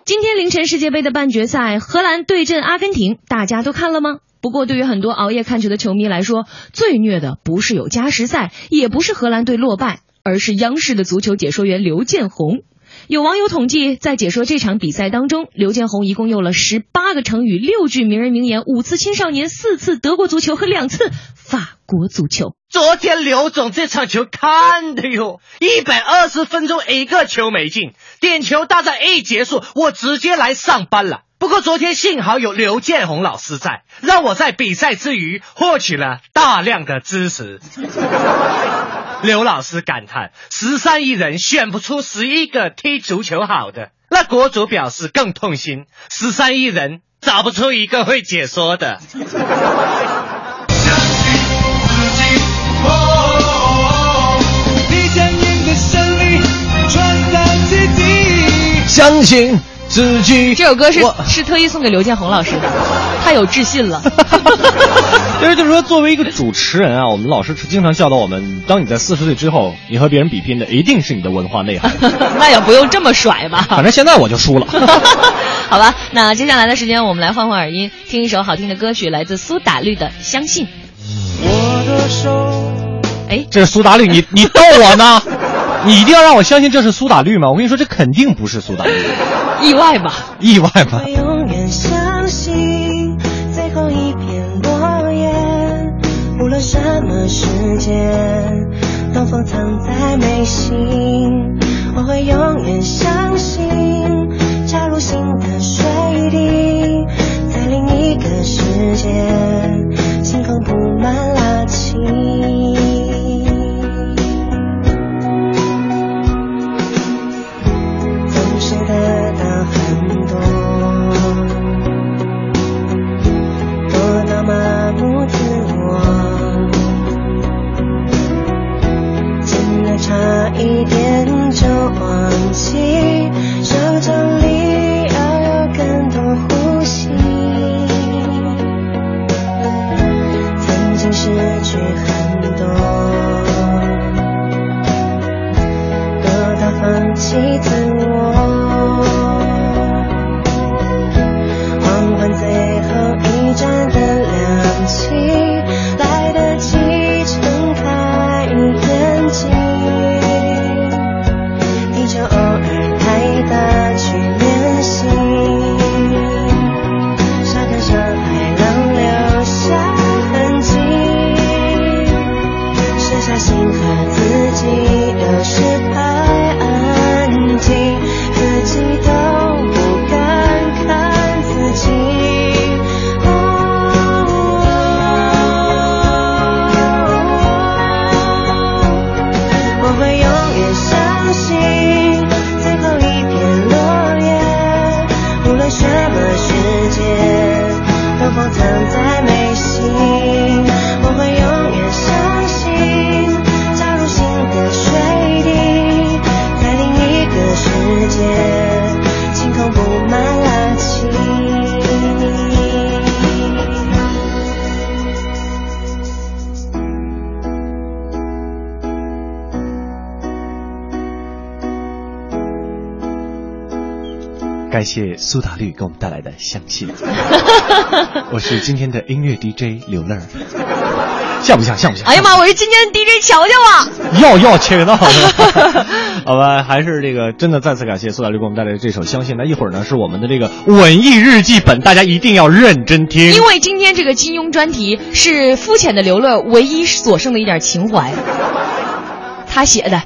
S3: 今天凌晨世界杯的半决赛，荷兰对阵阿根廷，大家都看了吗？不过，对于很多熬夜看球的球迷来说，最虐的不是有加时赛，也不是荷兰队落败，而是央视的足球解说员刘建宏。有网友统计，在解说这场比赛当中，刘建宏一共用了十八个成语、六句名人名言、五次青少年、四次德国足球和两次法国足球。
S1: 昨天刘总这场球看的哟，一百二十分钟一个球没进，点球大战一结束，我直接来上班了。不过昨天幸好有刘建宏老师在，让我在比赛之余获取了大量的知识。刘老师感叹：十三亿人选不出十一个踢足球好的。那国足表示更痛心，十三亿人找不出一个会解说的。
S4: 相信。自己
S3: 这首歌是是特意送给刘建宏老师的，太有自信了。
S4: 因为就是说，作为一个主持人啊，我们老师经常教导我们，当你在四十岁之后，你和别人比拼的一定是你的文化内涵。
S3: 那也不用这么甩吧。
S4: 反正现在我就输了。
S3: 好吧，那接下来的时间我们来换换耳音，听一首好听的歌曲，来自苏打绿的《相信》。
S21: 我的手。
S3: 哎，
S4: 这是苏打绿，你你逗 我呢？你一定要让我相信这是苏打绿吗？我跟你说，这肯定不是苏打绿。
S3: 意外吧？
S4: 意外吧？
S21: 我永远相信最后一片落叶，无论什么时间，都封藏在内心。我会永远相信，插入心的水滴，在另一个世界，星空布满垃圾。一点就忘记，手掌里要有更多呼吸。哦
S4: 感谢苏打绿给我们带来的《相信》， 我是今天的音乐 DJ 刘乐儿，像不像？像不像？
S3: 哎呀妈，我是今天 DJ 乔乔啊！
S4: 要要切到了， 好吧，还是这个真的再次感谢苏打绿给我们带来的这首《相信》。那一会儿呢是我们的这个文艺日记本，大家一定要认真听，
S3: 因为今天这个金庸专题是肤浅的刘乐唯一所剩的一点情怀，他写的。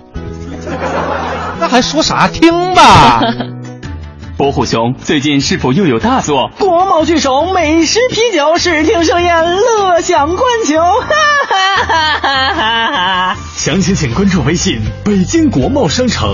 S4: 那还说啥？听 吧。
S12: 伯虎熊最近是否又有大作？
S26: 国贸聚首，美食啤酒，视听盛宴，乐享观球，哈哈哈哈哈哈！
S12: 详情请关注微信“北京国贸商城”。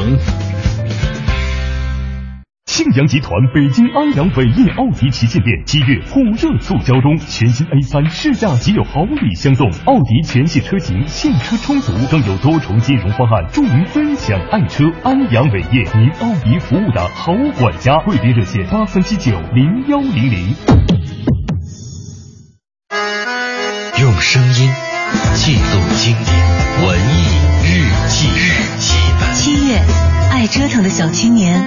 S9: 庆阳集团北京安阳伟业奥迪旗舰店七月火热促销中，全新 A 3试驾即有好礼相送，奥迪全系车型现车充足，更有多重金融方案助您分享爱车。安阳伟业，您奥迪服务的好管家，贵宾热线八三七九零幺零零。
S6: 用声音记录经典，文艺日记日记本。
S7: 七月，爱折腾的小青年。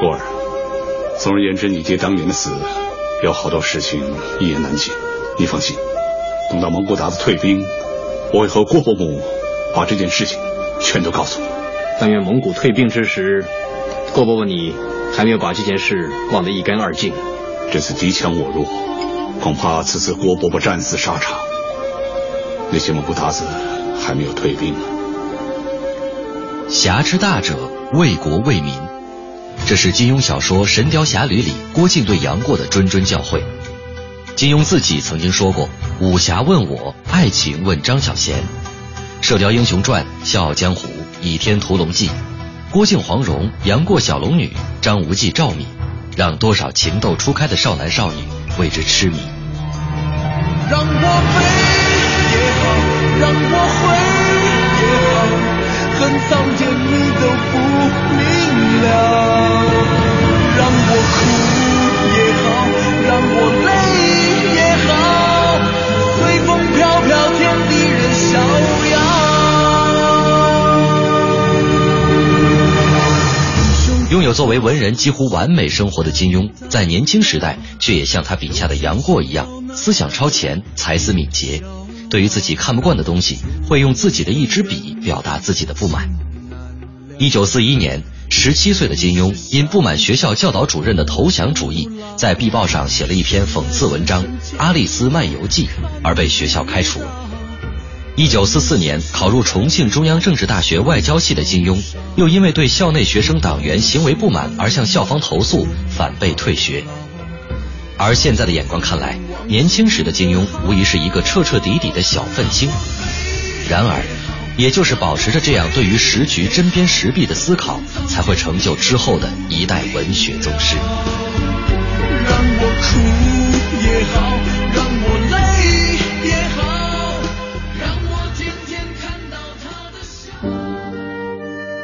S10: 过儿，总而言之，你爹当年的死，有好多事情一言难尽。你放心，等到蒙古鞑子退兵，我会和郭伯母把这件事情全都告诉你。
S11: 但愿蒙古退兵之时，郭伯伯你还没有把这件事忘得一干二净。
S10: 这次敌强我弱，恐怕此次郭伯伯战死沙场，那些蒙古鞑子还没有退兵呢。
S6: 侠之大者，为国为民。这是金庸小说《神雕侠侣》里郭靖对杨过的谆谆教诲。金庸自己曾经说过：“武侠问我，爱情问张小娴。”《射雕英雄传》《笑傲江湖》《倚天屠龙记》，郭靖、黄蓉、杨过、小龙女、张无忌、赵敏，让多少情窦初开的少男少女为之痴迷。
S21: 让我飞也好，让我回也好。恨苍天，你都不明了。让我哭也好，让我累也好，随风飘飘，天地任逍遥。
S6: 拥有作为文人几乎完美生活的金庸，在年轻时代却也像他笔下的杨过一样，思想超前，才思敏捷。对于自己看不惯的东西，会用自己的一支笔表达自己的不满。一九四一年，十七岁的金庸因不满学校教导主任的投降主义，在壁报上写了一篇讽刺文章《阿丽丝漫游记》，而被学校开除。一九四四年，考入重庆中央政治大学外交系的金庸，又因为对校内学生党员行为不满而向校方投诉，反被退学。而现在的眼光看来，年轻时的金庸无疑是一个彻彻底底的小愤青。然而，也就是保持着这样对于时局针砭时弊的思考，才会成就之后的一代文学宗师。让
S21: 我哭也好，让我累也好，让我天天看到他的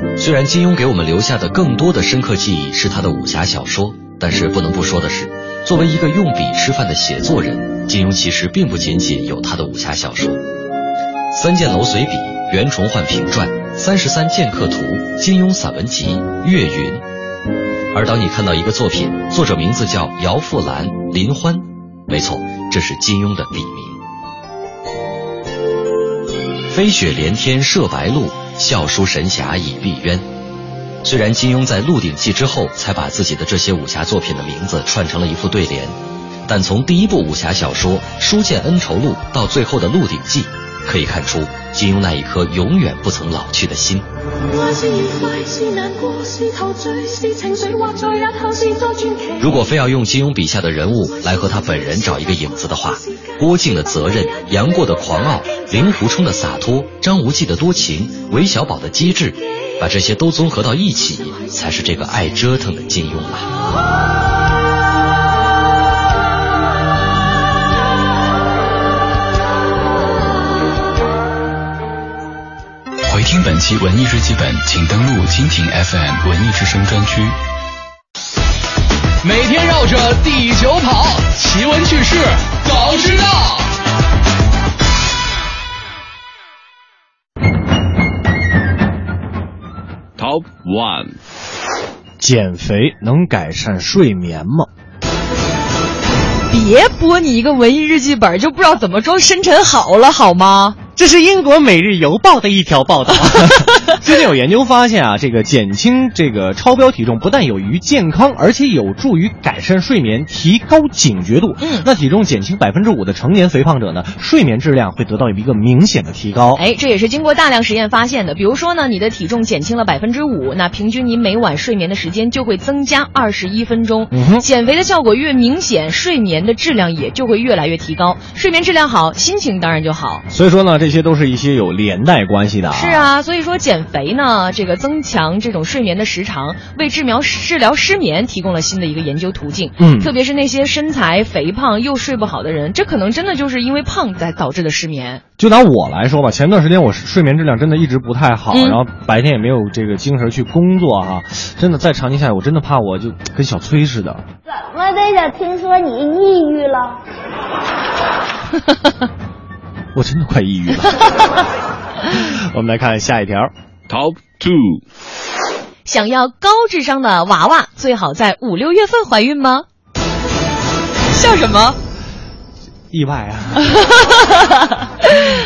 S21: 笑。
S6: 虽然金庸给我们留下的更多的深刻记忆是他的武侠小说，但是不能不说的是。作为一个用笔吃饭的写作人，金庸其实并不仅仅有他的武侠小说，《三剑楼随笔》《袁崇焕评传》《三十三剑客图》《金庸散文集》《岳云》。而当你看到一个作品，作者名字叫姚富兰、林欢，没错，这是金庸的笔名。飞雪连天射白鹿，笑书神侠倚碧鸳。虽然金庸在《鹿鼎记》之后才把自己的这些武侠作品的名字串成了一副对联，但从第一部武侠小说《书剑恩仇录》到最后的《鹿鼎记》，可以看出金庸那一颗永远不曾老去的心。如果非要用金庸笔下的人物来和他本人找一个影子的话，郭靖的责任、杨过的狂傲、令狐冲的洒脱、张无忌的多情、韦小宝的机智。把这些都综合到一起，才是这个爱折腾的金庸啦。回听本期文艺日记本，请登录蜻蜓 FM 文艺之声专区。
S13: 每天绕着地球跑，奇闻趣事早知道。
S15: Top One。
S4: 减肥能改善睡眠吗？
S3: 别播你一个文艺日记本，就不知道怎么装深沉好了，好吗？
S1: 这是英国《每日邮报》的一条报道。
S4: 最近有研究发现啊，这个减轻这个超标体重不但有益于健康，而且有助于改善睡眠，提高警觉度。嗯，那体重减轻百分之五的成年肥胖者呢，睡眠质量会得到一个明显的提高。
S3: 哎，这也是经过大量实验发现的。比如说呢，你的体重减轻了百分之五，那平均你每晚睡眠的时间就会增加二十一分钟。嗯、减肥的效果越明显，睡眠的质量也就会越来越提高。睡眠质量好，心情当然就好。
S4: 所以说呢，这些都是一些有连带关系的、啊。
S3: 是啊，所以说减肥呢，这个增强这种睡眠的时长，为治疗治疗失眠提供了新的一个研究途径。嗯，特别是那些身材肥胖又睡不好的人，这可能真的就是因为胖才导致的失眠。
S4: 就拿我来说吧，前段时间我睡眠质量真的一直不太好，嗯、然后白天也没有这个精神去工作哈、啊。真的，在长期下来，我真的怕我就跟小崔似的。
S8: 怎么的呀？听说你抑郁了？
S4: 我真的快 抑郁了。我们来看下一条
S27: ，Top Two。
S3: 想要高智商的娃娃，最好在五六月份怀孕吗？笑什么？
S4: 意外啊！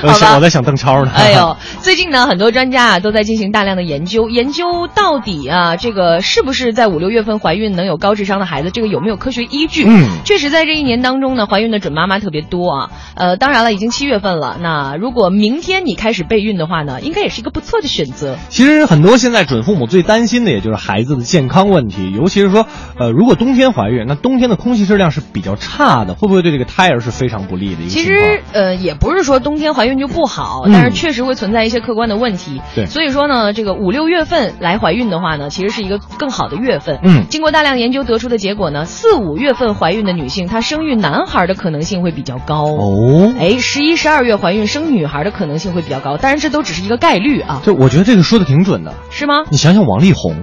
S4: 我想我在想邓超呢。
S3: 哎呦，最近呢，很多专家啊都在进行大量的研究，研究到底啊这个是不是在五六月份怀孕能有高智商的孩子，这个有没有科学依据？嗯，确实在这一年当中呢，怀孕的准妈妈特别多啊。呃，当然了，已经七月份了，那如果明天你开始备孕的话呢，应该也是一个不错的选择。
S4: 其实很多现在准父母最担心的也就是孩子的健康问题，尤其是说，呃，如果冬天怀孕，那冬天的空气质量是比较差的，会不会对这个胎儿是非常？不利的一个
S3: 其实呃也不是说冬天怀孕就不好，但是确实会存在一些客观的问题。
S4: 嗯对、嗯，
S3: 所以说呢，这个五六月份来怀孕的话呢，其实是一个更好的月份。
S4: 嗯，
S3: 经过大量研究得出的结果呢，四五月份怀孕的女性，她生育男孩的可能性会比较高。
S4: 哦，
S3: 哎，十一十二月怀孕生女孩的可能性会比较高，当然这都只是一个概率啊。
S4: 对，我觉得这个说的挺准的。
S3: 是吗？
S4: 你想想王力宏。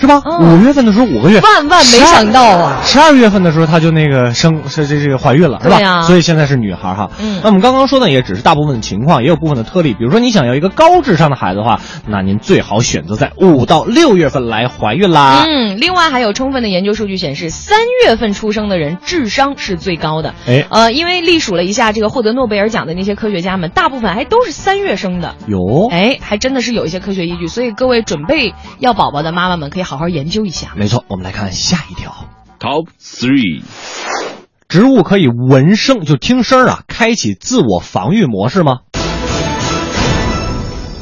S4: 是吧？五、嗯、月份的时候五个月，
S3: 哦万万没想到啊！
S4: 十二月份的时候她就那个生，这这这个怀孕了，是吧？
S3: 啊、
S4: 所以现在是女孩哈。
S3: 嗯，
S4: 那我们刚刚说呢，也只是大部分的情况，也有部分的特例。比如说你想要一个高智商的孩子的话，那您最好选择在五到六月份来怀孕啦。
S3: 嗯，另外还有充分的研究数据显示，三月份出生的人智商是最高的。
S4: 哎，
S3: 呃，因为历数了一下这个获得诺贝尔奖的那些科学家们，大部分还都是三月生的。
S4: 有，
S3: 哎，还真的是有一些科学依据。所以各位准备要宝宝的妈妈们可以。好好研究一下。
S4: 啊没错，我们来看下一条
S27: ，Top Three。
S4: 植物可以闻声，就听声啊，开启自我防御模式吗？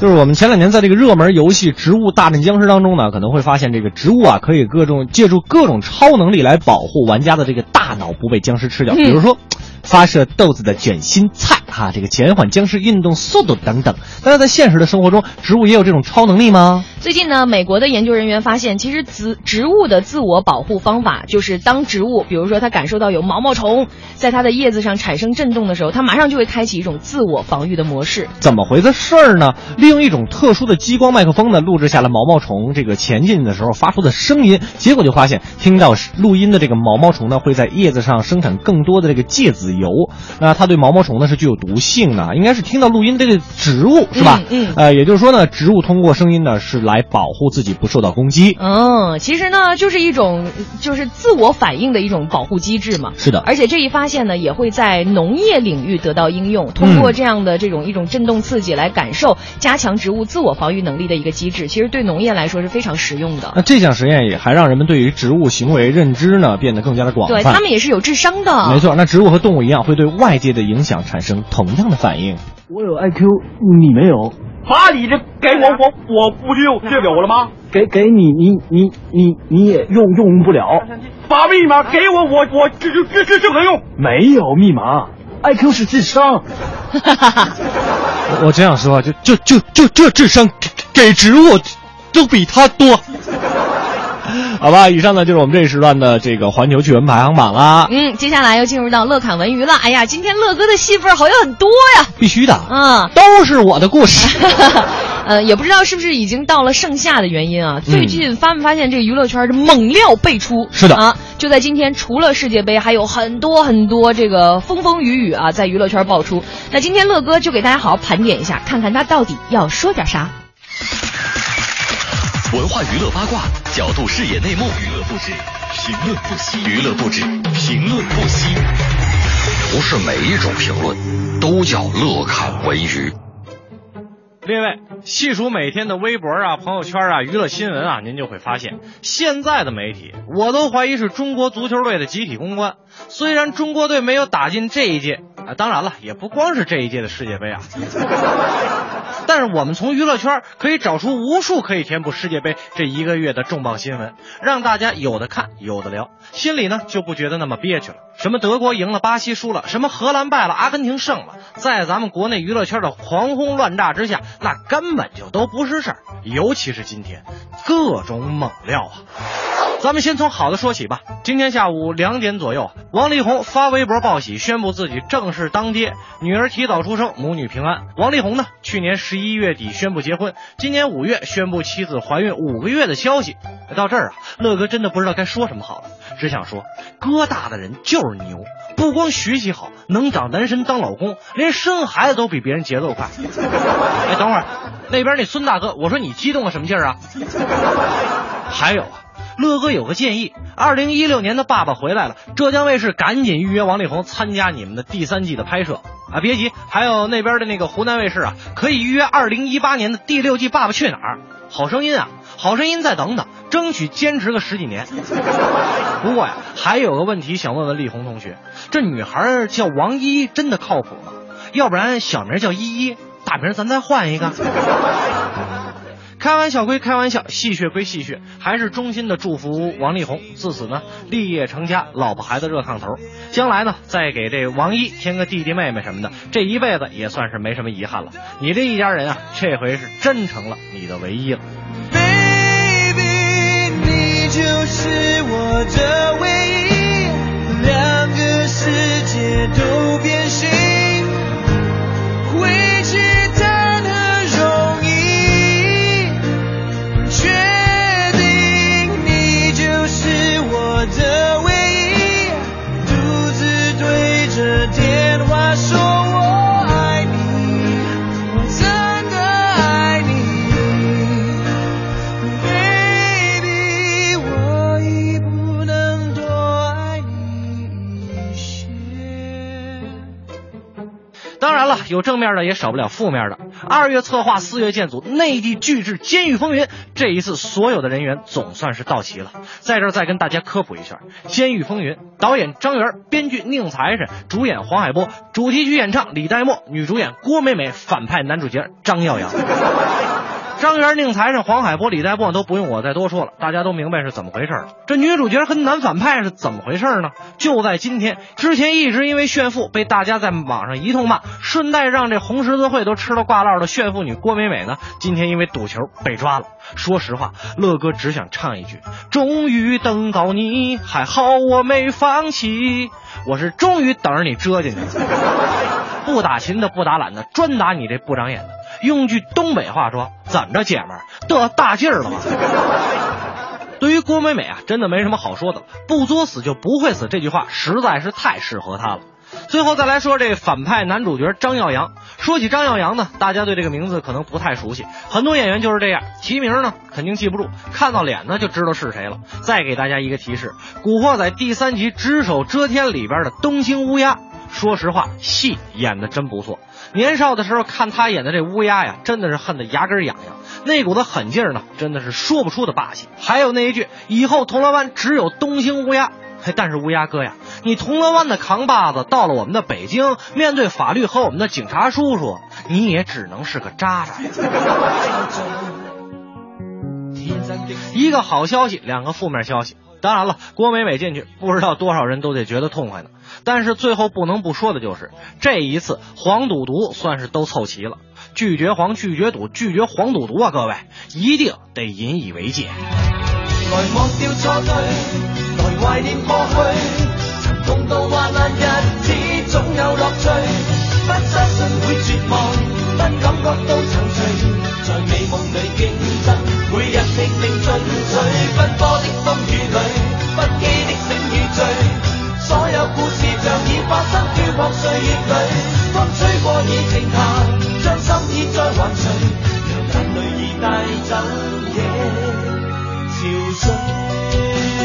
S4: 就是我们前两年在这个热门游戏《植物大战僵尸》当中呢，可能会发现这个植物啊，可以各种借助各种超能力来保护玩家的这个大脑不被僵尸吃掉，比如说。嗯发射豆子的卷心菜，哈、啊，这个减缓僵尸运动速度等等。但是在现实的生活中，植物也有这种超能力吗？
S3: 最近呢，美国的研究人员发现，其实植植物的自我保护方法就是当植物，比如说它感受到有毛毛虫在它的叶子上产生震动的时候，它马上就会开启一种自我防御的模式。
S4: 怎么回事儿呢？利用一种特殊的激光麦克风呢，录制下了毛毛虫这个前进的时候发出的声音，结果就发现，听到录音的这个毛毛虫呢，会在叶子上生产更多的这个介子。油，那它对毛毛虫呢是具有毒性的，应该是听到录音这个植物是吧？
S3: 嗯，嗯
S4: 呃，也就是说呢，植物通过声音呢是来保护自己不受到攻击。
S3: 嗯，其实呢就是一种就是自我反应的一种保护机制嘛。
S4: 是的，
S3: 而且这一发现呢也会在农业领域得到应用，通
S4: 嗯
S3: 过这样的这种一种震动刺激来感受，加强植物自我防御能力的一个机制，其实对农业来说是非常实用的。
S4: 那这项实验也还让人们对于植物行为认知呢变得更加的广泛。
S3: 对，它们也是有智商的。
S4: 没错，那植物和动物。一样会对外界的影响产生同样的反应。
S28: 我有 IQ，你没有。哎
S18: 把你这给我，我我不就就有了吗？
S28: 给给你，你你你你也用用不了。啊
S18: 把密码给我，我我这这这这就能用。
S28: 没有密码，IQ 是智商。
S4: 我我这样说，啊就就就就这智商给植物都比他多。 好吧，以上呢就是我们这一时段的这个环球趣闻排行榜啦。
S3: 嗯，接下来又进入到乐侃文娱了。哎呀，今天乐哥的戏份好像很多呀。
S4: 必须的，
S3: 嗯，
S4: 都是我的故事。
S3: 呃，也不知道是不是已经到了盛夏的原因啊。最近发没发现这个娱乐圈是猛料辈出？
S4: 嗯是的
S3: 啊，就在今天，除了世界杯，还有很多很多这个风风雨雨啊，在娱乐圈爆出。那今天乐哥就给大家好好盘点一下，看看他到底要说点啥。
S17: 文化娱乐八卦，角度视野内幕，娱乐不止，评论不息，娱乐不止，评论不息。不是每一种评论都叫乐侃文娱。
S1: 列位，细数每天的微博啊、朋友圈啊、娱乐新闻啊，您就会发现，现在的媒体，我都怀疑是中国足球队的集体公关。虽然中国队没有打进这一届啊，当然了，也不光是这一届的世界杯啊，但是我们从娱乐圈可以找出无数可以填补世界杯这一个月的重磅新闻，让大家有的看，有的聊，心里呢就不觉得那么憋屈了。什么德国赢了，巴西输了，什么荷兰败了，阿根廷胜了，在咱们国内娱乐圈的狂轰乱炸之下，那根本就都不是事儿。尤其是今天，各种猛料啊！咱们先从好的说起吧。今天下午两点左右，王力宏发微博报喜，宣布自己正式当爹，女儿提早出生，母女平安。王力宏呢，去年十一月底宣布结婚，今年五月宣布妻子怀孕五个月的消息。到这儿啊，乐哥真的不知道该说什么好了，只想说，哥大的人就是牛，不光学习好，能找男神当老公，连生孩子都比别人节奏快。哎，等会儿，那边那孙大哥，我说你激动个什么劲儿啊？还有啊。乐哥有个建议，二零一六年的《爸爸回来了》，浙江卫视赶紧预约王力宏参加你们的第三季的拍摄啊！别急，还有那边的那个湖南卫视啊，可以预约二零一八年的第六季《爸爸去哪儿》。好声音啊，好声音再等等，争取坚持个十几年。不过呀、啊，还有个问题想问问力宏同学，这女孩叫王依依真的靠谱吗？要不然小名叫依依，大名咱再换一个。开玩笑归开玩笑，戏谑归戏谑，还是衷心的祝福王力宏自此呢立业成家，老婆孩子热炕头。将来呢再给这王一添个弟弟妹妹什么的，这一辈子也算是没什么遗憾了。你这一家人啊，这回是真成了你的唯一了。
S21: Baby，你就是我的唯一，两个世界都变形，回去谈何容易？确定你就是我的唯一，独自对着电话说我爱你，我真的爱你，baby，我已不能多 爱你一些。
S1: 当然了，有正面的也少不了负面的。二月策划，四月建组，内地巨制《监狱风云》，这一次所有的人员总算是到齐了。在这儿再跟大家科普一下，《监狱风云》导演张元，编剧宁财神，主演黄海波，主题曲演唱李代沫，女主演郭美美，反派男主角张耀扬。张元、宁财神、黄海波、李代沫都不用我再多说了，大家都明白是怎么回事了。这女主角跟男反派是怎么回事呢？就在今天，之前一直因为炫富被大家在网上一通骂，顺带让这红十字会都吃了挂烙的炫富女郭美美呢，今天因为赌球被抓了。说实话，乐哥只想唱一句：终于等到你，还好我没放弃。我是终于等着你折进去了。不打勤的，不打懒的，专打你这不长眼的。用句东北话说，怎么着，姐们儿得大劲儿了吗？对于郭美美啊，真的没什么好说的了。不作死就不会死这句话实在是太适合她了。最后再来说这反派男主角张耀扬。说起张耀扬呢，大家对这个名字可能不太熟悉，很多演员就是这样，提名呢肯定记不住，看到脸呢就知道是谁了。再给大家一个提示，《古惑仔》第三集《只手遮天》里边的东京乌鸦。说实话，戏演的真不错。年少的时候看他演的这乌鸦呀，真的是恨得牙根痒痒，那股子狠劲儿呢，真的是说不出的霸气。还有那一句“以后铜锣湾只有东兴乌鸦”，嘿，但是乌鸦哥呀，你铜锣湾的扛把子到了我们的北京，面对法律和我们的警察叔叔，你也只能是个渣渣呀。一个好消息，两个负面消息。当然了，郭美美进去，不知道多少人都得觉得痛快呢。但是最后不能不说的就是，这一次黄赌毒算是都凑齐了，拒绝黄，拒绝赌，拒绝黄赌毒啊！各位一定得引以为戒。
S21: 来忘掉错对，来怀念过去，曾共度患难日子总有乐趣，不相信会绝望，不感觉到沉醉，在美梦里竞争，每日拼命进取，奔波的风雨里，不羁的醒与醉，所有故事像已发生于往岁月里，风吹过已静下，将心意再还谁？让眼泪已带走夜潮水。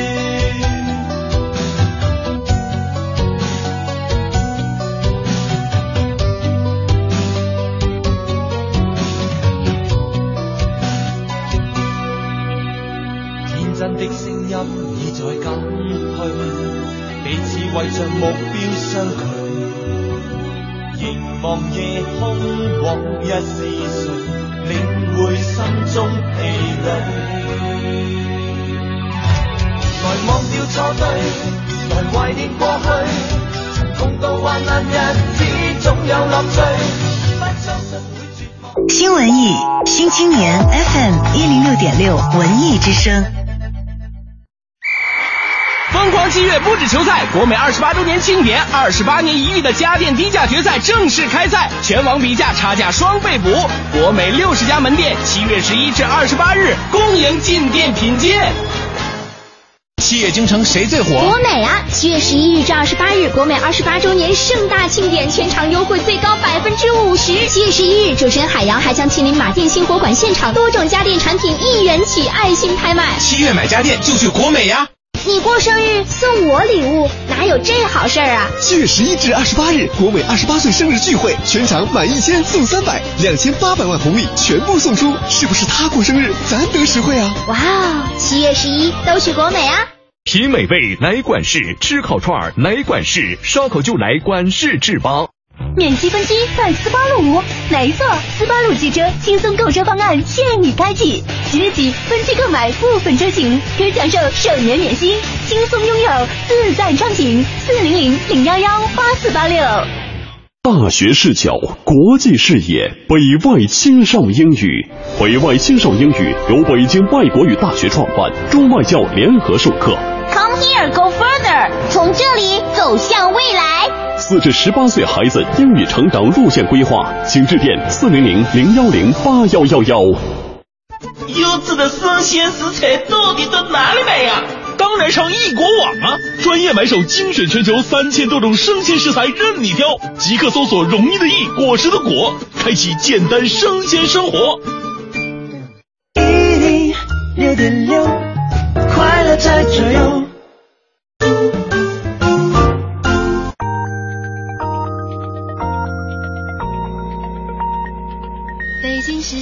S21: 天真的聲音已在減去，彼此為着目標相距，凝望夜空往日是誰，領會心中疲累。來忘掉錯對，來懷念過去，曾共度患難日子總有樂趣，不相信會絕望。
S29: 新文艺新青年 FM 一零六点六文艺之声。
S13: 疯狂七月不止球赛，国美二十八周年庆典，二十八年一遇的家电低价决赛正式开赛，全网比价差价双倍补。国美六十家门店，七月十一至二十八日恭迎进店品鉴。七月京城谁最
S14: 国？美啊！七月十一日至二十八日，国美二十八周年盛大庆典，全场优惠最高百分之五十。七月十一日，主持人海洋还将亲临马店新火馆现场，多种家电产品一元起爱心拍卖。
S13: 七月买家电就去国美呀！
S14: 你过生日送我礼物，哪有这好事儿啊？
S30: 七月十一至二十八日，国美二十八岁生日聚会，全场满一千送三百，两千八百万红利全部送出，是不是他过生日，咱得实惠啊？
S14: 哇哦！七月十一都去国美啊！
S7: 品美味来管事，吃烤串儿来管事，烧烤就来管事制吧。
S12: 免积分机在斯巴鲁，没错，斯巴鲁汽车轻松购车方案现已开启，即日起分期购买部分车型，可享受首年免息，轻松拥有，自在畅行。四零零零幺幺八四八六。
S7: 大学视角，国际视野，北外青少英语。北外青少英语由北京外国语大学创办，中外教联合授课。
S12: Come here, go further，从这里走向未来。
S7: 四至十八岁孩子英语成长路线规划，请致电四零零零幺零八幺幺幺。
S18: 优质的生鲜食材到底到哪里买呀？
S13: 当然上易果网啊！专业买手精选全球三千多种生鲜食材任你挑，即刻搜索“容易的易，果实的果”，开启简单生鲜生活。
S31: 一零六点六，快乐在左右。
S32: 北京时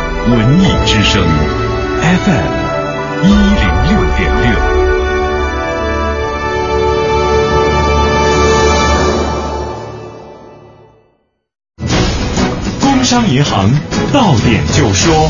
S7: 文艺之声 FM 一零六点六。工商银行到点就说。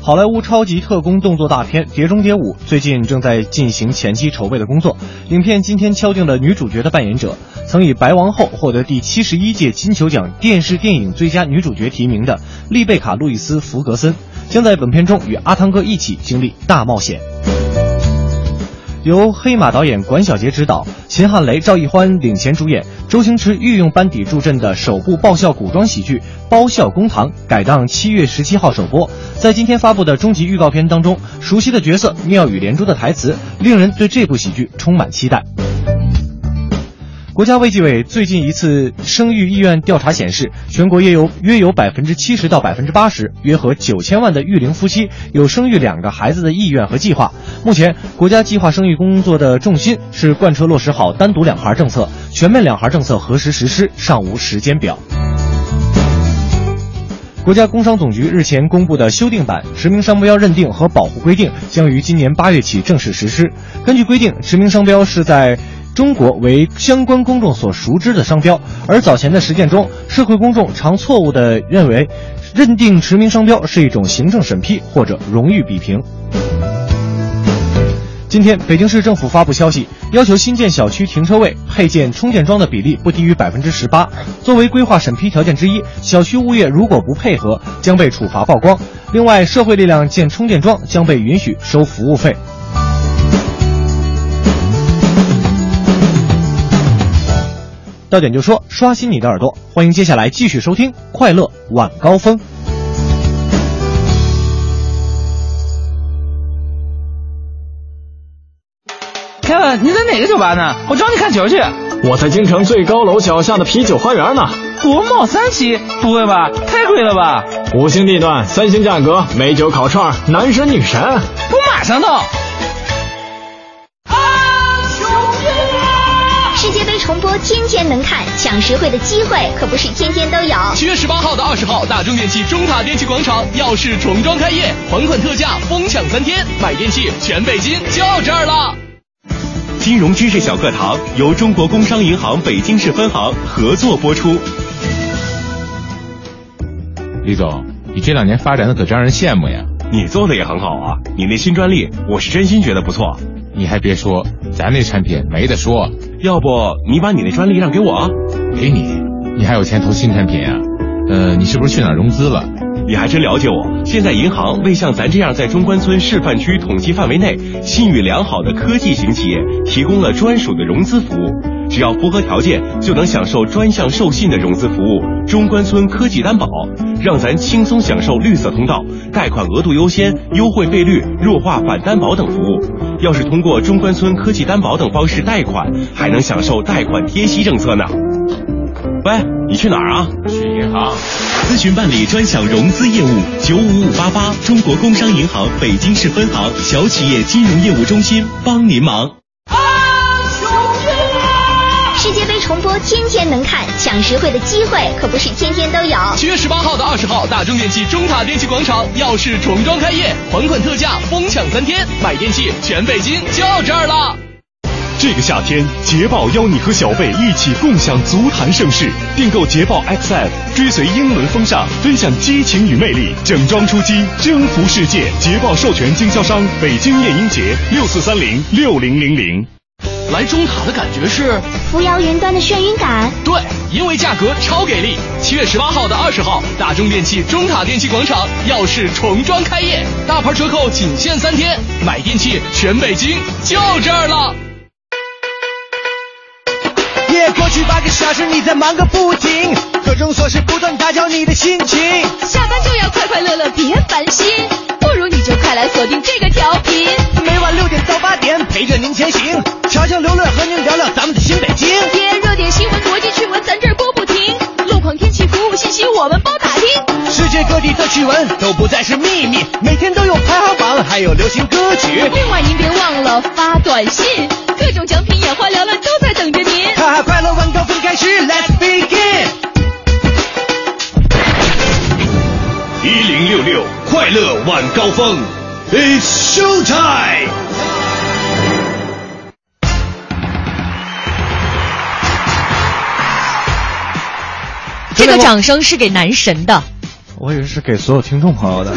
S4: 好莱坞超级特工动作大片《碟中谍五》最近正在进行前期筹备的工作。影片今天敲定了女主角的扮演者，曾以《白王后》获得第七十一届金球奖电视电影最佳女主角提名的丽贝卡·路易斯·福格森，将在本片中与阿汤哥一起经历大冒险。由黑马导演管小杰执导，秦汉雷、赵奕欢领衔主演，周星驰御用班底助阵的首部爆笑古装喜剧《包笑公堂》改档七月十七号首播。在今天发布的终极预告片当中，熟悉的角色、妙语连珠的台词，令人对这部喜剧充满期待。国家卫计委最近一次生育意愿调查显示，全国约有约有百分之七十到百分之八十，约合九千万的育龄夫妻有生育两个孩子的意愿和计划。目前，国家计划生育工作的重心是贯彻落实好单独两孩政策，全面两孩政策何时实施尚无时间表。国家工商总局日前公布的修订版《驰名商标认定和保护规定》将于今年八月起正式实施。根据规定，驰名商标是在中国为相关公众所熟知的商标，而早前的实践中，社会公众常错误地认为，认定驰名商标是一种行政审批或者荣誉比评。今天，北京市政府发布消息，要求新建小区停车位配建充电桩的比例不低于百分之十八。作为规划审批条件之一，小区物业如果不配合，将被处罚曝光。另外，社会力量建充电桩将被允许收服务费。到点就说，刷新你的耳朵，欢迎接下来继续收听《快乐晚高峰》。
S33: 凯文，你在哪个酒吧呢？我找你看球去。
S34: 我在京城最高楼脚下的啤酒花园呢。
S33: 国贸三期？不会吧，太贵了吧！
S34: 五星地段，三星价格，美酒烤串，男神女神。
S33: 我马上到。
S14: 世界杯重播天天能看，抢实惠的机会可不是天天都有。
S13: 七月十八号到二十号，大中电器中塔电器广场耀世重装开业，款款特价，疯抢三天，买电器全北京就这儿了。
S15: 金融知识小课堂由中国工商银行北京市分行合作播出。
S17: 李总，你这两年发展的可让人羡慕呀！你做的也很好啊，你那新专利我是真心觉得不错。你还别说，咱那产品没得说。要不你把你那专利让给我啊？给你？你还有钱投新产品啊？呃，你是不是去哪儿融资了？你还真了解我。现在银行为像咱这样在中关村示范区统计范围内信誉良好的科技型企业提供了专属的融资服务，只要符合条件，就能享受专项授信的融资服务。中关村科技担保，让咱轻松享受绿色通道、贷款额度优先、优惠费率、弱化反担保等服务。要是通过中关村科技担保等方式贷款，还能享受贷款贴息政策呢。喂，你去哪儿啊？去银行。
S15: 咨询办理专享融资业务，九五五八八，中国工商银行北京市分行小企业金融业务中心帮您忙。
S14: 世界杯重播天天能看，抢实惠的机会可不是天天都有。
S13: 七月十八号到二十号，大中电器中塔电器广场耀世重装开业，款款特价，疯抢三天，买电器全北京就这儿了。
S15: 这个夏天，捷豹邀你和小贝一起共享足坛盛世。订购捷豹 XF，追随英伦风尚，分享激情与魅力，整装出击，征服世界。捷豹授权经销商北京燕英杰六四三零六零零零。
S13: 来中塔的感觉是
S14: 扶摇云端的眩晕感。
S13: 对，因为价格超给力。七月十八号到二十号，大中电器中塔电器广场耀世重装开业，大牌折扣仅限三天，买电器全北京就这儿了。
S21: 夜过去八个小时，你在忙个不停，各种琐事不断打搅你的心情。
S35: 下班就要快快乐乐，别烦心，不如你就快来锁定这个调频，
S21: 每晚六点到八点陪着您前行，瞧瞧刘乐和您聊聊咱们的新北京。
S35: 夜热点新闻、国际趣闻，咱这儿播不停，路况、天气、服务信息我们包打听。
S21: 世界各地的趣闻都不再是秘密，每天都有排行榜，还有流行歌曲。
S35: 另外您别忘了发短信，各种奖品眼花缭乱都在等着您。
S21: 哈哈，快乐晚高峰开始，Let's begin。
S15: 一零六六快乐晚高峰，It's show time。
S3: 这个掌声是给男神的。
S4: 我以为是给所有听众 朋友的，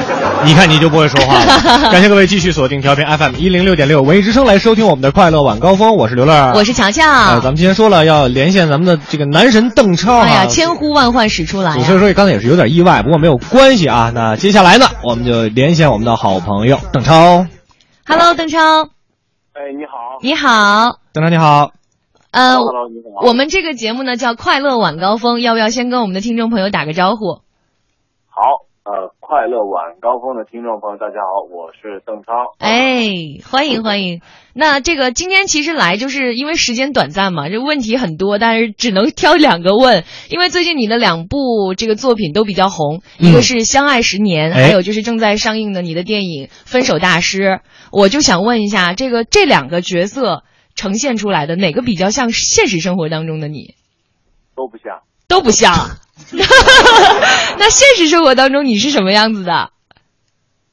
S4: 你看你就不会说话了。感谢各位继续锁定调频 FM 一零六点六文艺之声来收听我们的快乐晚高峰，我是刘乐，
S3: 我是乔乔。
S4: 呃，咱们今天说了要连线咱们的这个男神邓超啊，
S3: 哎呀，千呼万唤始出来啊
S4: 所以说刚才也是有点意外，不过没有关系啊。那接下来呢，我们就连线我们的好朋友邓超。
S3: Hello，邓超。
S36: 哎，你好。
S3: 你好，
S4: 邓超你好。
S3: 呃
S36: Hello，你好。
S3: 我们这个节目呢叫快乐晚高峰，要不要先跟我们的听众朋友打个招呼？
S36: 好，呃，快乐晚高峰的听众朋友，大家好，我是邓超。
S3: 哎，欢迎欢迎。那这个今天其实来就是因为时间短暂嘛，这问题很多，但是只能挑两个问。因为最近你的两部这个作品都比较红，
S4: 嗯
S3: 一个是《相爱十年》，
S4: 哎
S3: 还有就是正在上映的你的电影《分手大师》。我就想问一下，这个这两个角色呈现出来的哪个比较像现实生活当中的你？
S36: 都不像，
S3: 都不像。 那现实生活当中你是什么样子的？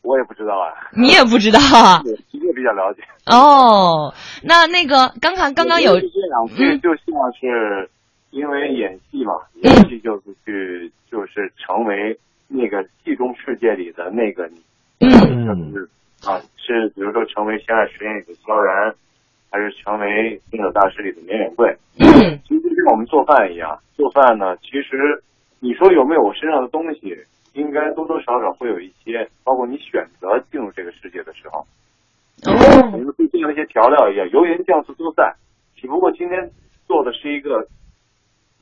S36: 我也不知道啊。
S3: 你也不知道 啊？
S36: 我其实也比较了解。
S3: 哦，那那个刚刚刚刚有嗯
S36: 我觉得是这样，这就像是因为演戏嘛，演戏就是去就是成为那个戏中世界里的那个你，就是啊，是比如说成为《相爱实验》里的萧然，还是成为《新手大师》里的林远贵，其实就跟我们做饭一样，做饭呢，其实你说有没有我身上的东西，应该多多少少会有一些，包括你选择进入这个世界的时候。我们会进了一些调料一样，油盐酱醋都在，只不过今天做的是一个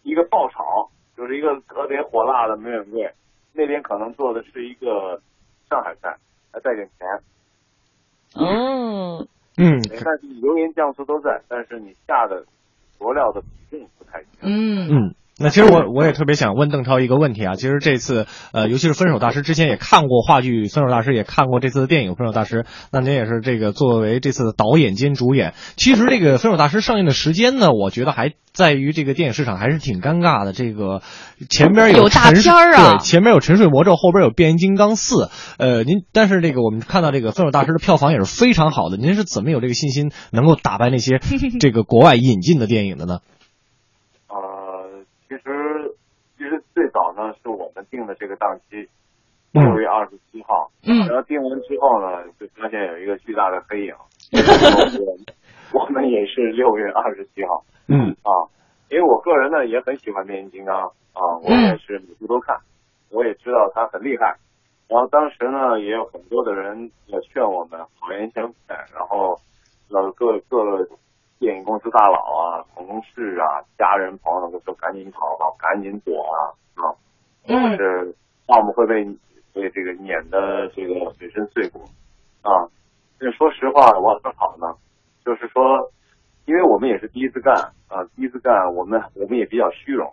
S36: 一个爆炒，就是一个特别火辣的梅远贵，那边可能做的是一个上海菜，还带点甜，
S3: 哦，
S4: 嗯
S36: 但是油盐酱醋都在，但是你下的佐料的比重不太一样。
S3: 嗯
S4: 嗯。那其实我我也特别想问邓超一个问题啊，其实这次呃，尤其是《分手大师》之前也看过话剧《分手大师》，也看过这次的电影《分手大师》，那您也是这个作为这次的导演兼主演。其实这个《分手大师》上映的时间呢，我觉得还在于这个电影市场还是挺尴尬的。这个前边
S3: 有大
S4: 沉睡
S3: 片儿啊
S4: 对，前面有《沉睡魔咒》，后边有《变形金刚四》。呃，您但是这个我们看到这个《分手大师》的票房也是非常好的，您是怎么有这个信心能够打败 那些这个国外引进的电影的呢？
S36: 呃，其实其实最早呢是我们定的这个档期，
S4: 嗯
S36: 六月二十七号。
S3: 嗯
S36: 然后定完之后呢，就发现有一个巨大的黑影。然后我们我们也是六月二十七号
S4: 嗯
S36: 啊，因为我个人呢也很喜欢变形金刚啊，我也是每部都看，我也知道他很厉害。然后当时呢，也有很多的人也劝我们好言相劝，然后呃各各电影公司大佬啊、同事啊、家人朋友都说赶紧跑吧，赶紧躲啊啊！
S3: 嗯
S36: 是要么会被被这个碾的这个粉身碎骨啊。但说实话，我正好呢，就是说，因为我们也是第一次干啊，第一次干，我们我们也比较虚荣，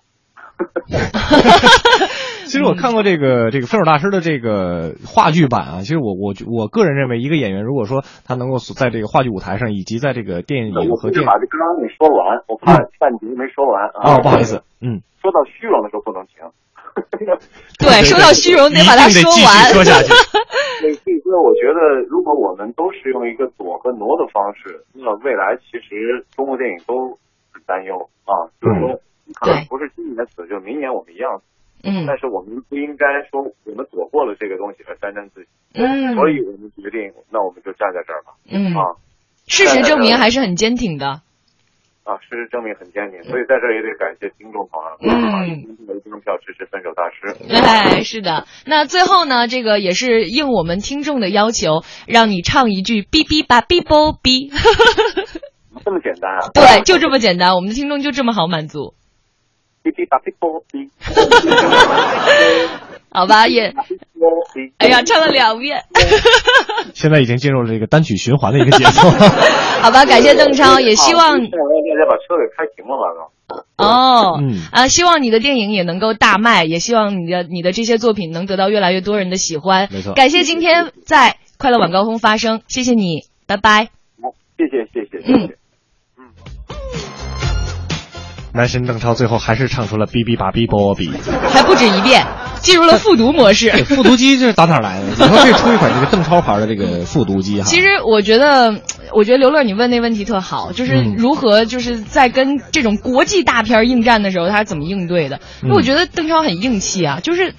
S4: 其实我看过这
S3: 嗯
S4: 个这个《分手大师》的这个话剧版啊，其实我我我个人认为，一个演员如果说他能够在这个话剧舞台上，以及在这个电影
S36: 我不
S4: 和
S36: 是
S4: 电
S36: 把这刚刚你说完，我怕半截没说完啊。
S4: 哦，不好意思，， 嗯，
S36: 说到虚荣的时候不能停。
S3: 对，说到虚荣得把它说完。
S36: 对，所以说我觉得，如果我们都是用一个躲和挪的方式，那未来其实中国电影都很担忧啊，就是说可能不是今年死，就明年我们一样死。
S3: 嗯
S36: 但是我们不应该说我们躲过了这个东西而沾沾自喜。
S3: 嗯
S36: 所以我们决定，那我们就站在这儿吧。
S3: 嗯
S36: 啊
S3: 事实证明还是很坚挺的。
S36: 啊，事实证明很坚挺，所以在这儿也得感谢听众朋友，
S3: 嗯
S36: 一定的订票支持分手大师。
S3: 哎，是的。那最后呢，这个也是应我们听众的要求，让你唱一句“哔哔吧哔啵哔
S36: 这么简单啊”。？
S3: 对，就这么简单，我们的听众就这么好满足。
S36: 哔哔吧哔啵哔。
S3: 好吧，也，哎呀，唱了两遍。
S4: 现在已经进入了这个单曲循环的一个节奏。
S3: 好吧，感谢邓超，也希望
S36: 啊我让大家把车给开停了吧。
S3: 哦，
S36: 嗯
S3: 啊，希望你的电影也能够大卖，也希望你的你的这些作品能得到越来越多人的喜欢。
S36: 没错
S3: 感谢今天在快乐晚高峰发声，谢谢你，拜拜。
S36: 谢谢谢谢谢谢。
S4: 男神邓超最后还是唱出了“哔哔吧哔啵哔
S3: 还不止一遍，进入了复读模”，式。
S4: 这复读机这是打哪儿来的？你说这出一款这个邓超牌的这个复读机哈？
S3: 其实我觉得，我觉得刘乐你问那问题特好，就是
S4: 嗯
S3: 如何就是在跟这种国际大片儿应战的时候，他是怎么应对的？因为我
S4: 嗯
S3: 觉得邓超很硬气啊，就是。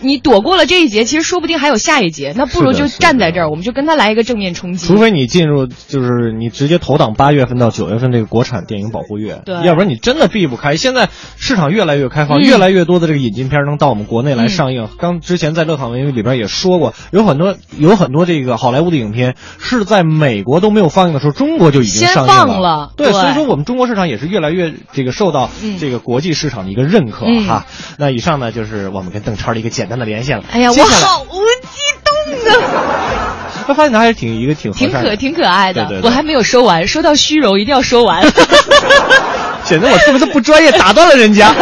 S3: 你躲过了这一劫，其实说不定还有下一劫，那不如
S4: 是的
S3: 就是站在这儿，我们就跟他来一个正面冲击。
S4: 除非你进入就是你直接投档八月份到九月份这个国产电影保护月，
S3: 对
S4: 要不然你真的避不开。现在市场越来越开放，
S3: 嗯
S4: 越来越多的这个引进片能到我们国内来上映。刚之前在《乐卡文娱》里边也说过，有很多有很多这个好莱坞的影片是在美国都没有放映的时候，中国就已经上映
S3: 先放了
S4: 对，
S3: 对
S4: 所以说我们中国市场也是越来越这个受到
S3: 嗯
S4: 这个国际市场的一个认可、
S3: 嗯
S4: 哈。那以上呢就是我们跟邓超的一个简单的连线了。
S3: 哎呀，
S4: 接
S3: 我
S4: 下来
S3: 好无激动啊！
S4: 他发现他还是挺一个挺和
S3: 挺
S4: 善的
S3: 可挺可爱的
S4: 对对对
S3: 我还没有说完。说到虚荣，一定要说 完，
S4: 显得我特别的不专业，打断了人家。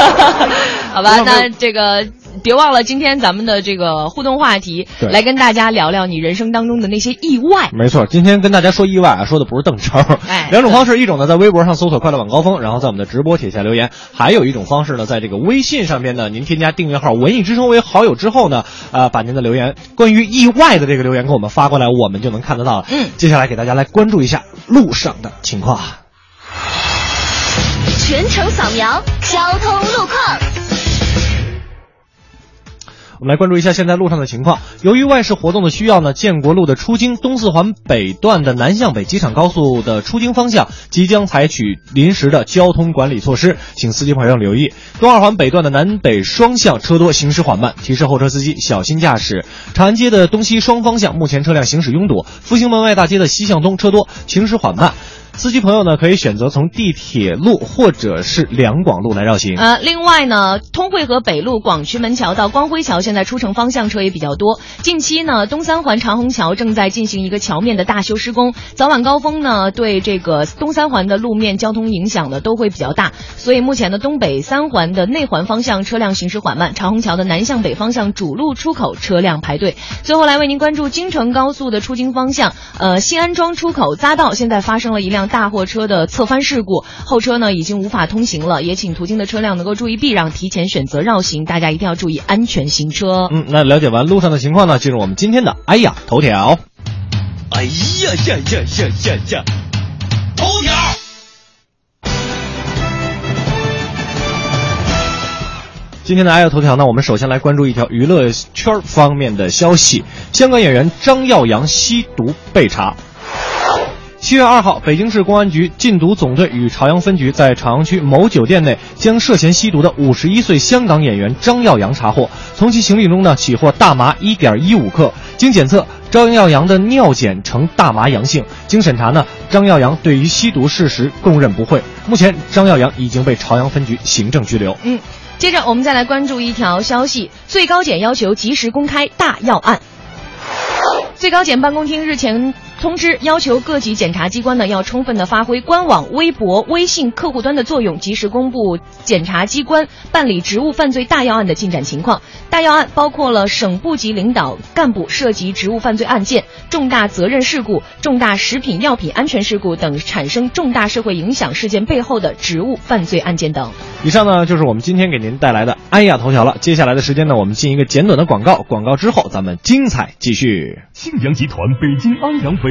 S3: 好吧？那这个别忘了今天咱们的这个互动话题，
S4: 对
S3: 来跟大家聊聊你人生当中的那些意外。
S4: 没错，今天跟大家说意外啊，说的不是邓超。
S3: 哎
S4: 两种方式，一种呢在微博上搜索“快乐晚高峰”，然后在我们的直播帖下留言；还有一种方式呢，在这个微信上边呢，您添加订阅号“文艺之声”为好友之后呢，呃，把您的留言关于意外的这个留言给我们发过来，我们就能看得到了。
S3: 嗯，
S4: 接下来给大家来关注一下路上的情况。啊
S14: 全程扫描交通路况。
S4: 我们来关注一下现在路上的情况。由于外事活动的需要呢，建国路的出京东四环北段的南向北机场高速的出京方向即将采取临时的交通管理措施，请司机朋友留意。东二环北段的南北双向车多，行驶缓慢，提示后车司机小心驾驶。长安街的东西双方向目前车辆行驶拥堵，复兴门外大街的西向东车多，行驶缓慢。司机朋友呢，可以选择从地铁路或者是两广路来绕行。
S3: 呃，另外呢，通惠河北路广渠门桥到光辉桥现在出城方向车也比较多。近期呢，东三环长虹桥正在进行一个桥面的大修施工，早晚高峰呢，对这个东三环的路面交通影响呢都会比较大。所以目前呢，东北三环的内环方向车辆行驶缓慢，长虹桥的南向北方向主路出口车辆排队。最后来为您关注京承高速的出京方向，呃，西安庄出口匝道现在发生了一辆大货车的侧翻事故，后车呢已经无法通行了，也请途经的车辆能够注意避让，提前选择绕行，大家一定要注意安全行车。
S4: 嗯，那了解完路上的情况呢，进入我们今天的哎呀头条。
S21: 哎呀呀呀呀呀呀！头条。
S4: 今天的爱乐头条呢，我们首先来关注一条娱乐圈方面的消息：香港演员张耀扬吸毒被查。七月二号，北京市公安局禁毒总队与朝阳分局在朝阳区某酒店内将涉嫌吸毒的五十一岁香港演员张耀扬查获，从其行李中呢起获大麻一点一五克。经检测，张耀扬的尿检呈大麻阳性。经审查呢，张耀扬对于吸毒事实供认不讳。目前，张耀扬已经被朝阳分局行政拘留。
S3: 嗯，接着我们再来关注一条消息：最高检要求及时公开大药案。最高检办公厅日前通知，要求各级检察机关呢要充分的发挥官网、微博、微信客户端的作用，及时公布检察机关办理职务犯罪大要案的进展情况。大要案包括了省部级领导干部涉及职务犯罪案件、重大责任事故、重大食品药品安全事故等产生重大社会影响事件背后的职务犯罪案件等。
S4: 以上呢就是我们今天给您带来的安雅头条了。接下来的时间呢，我们进一个简短的广告，广告之后咱们精彩继续。
S1: 庆阳集团北京安阳伟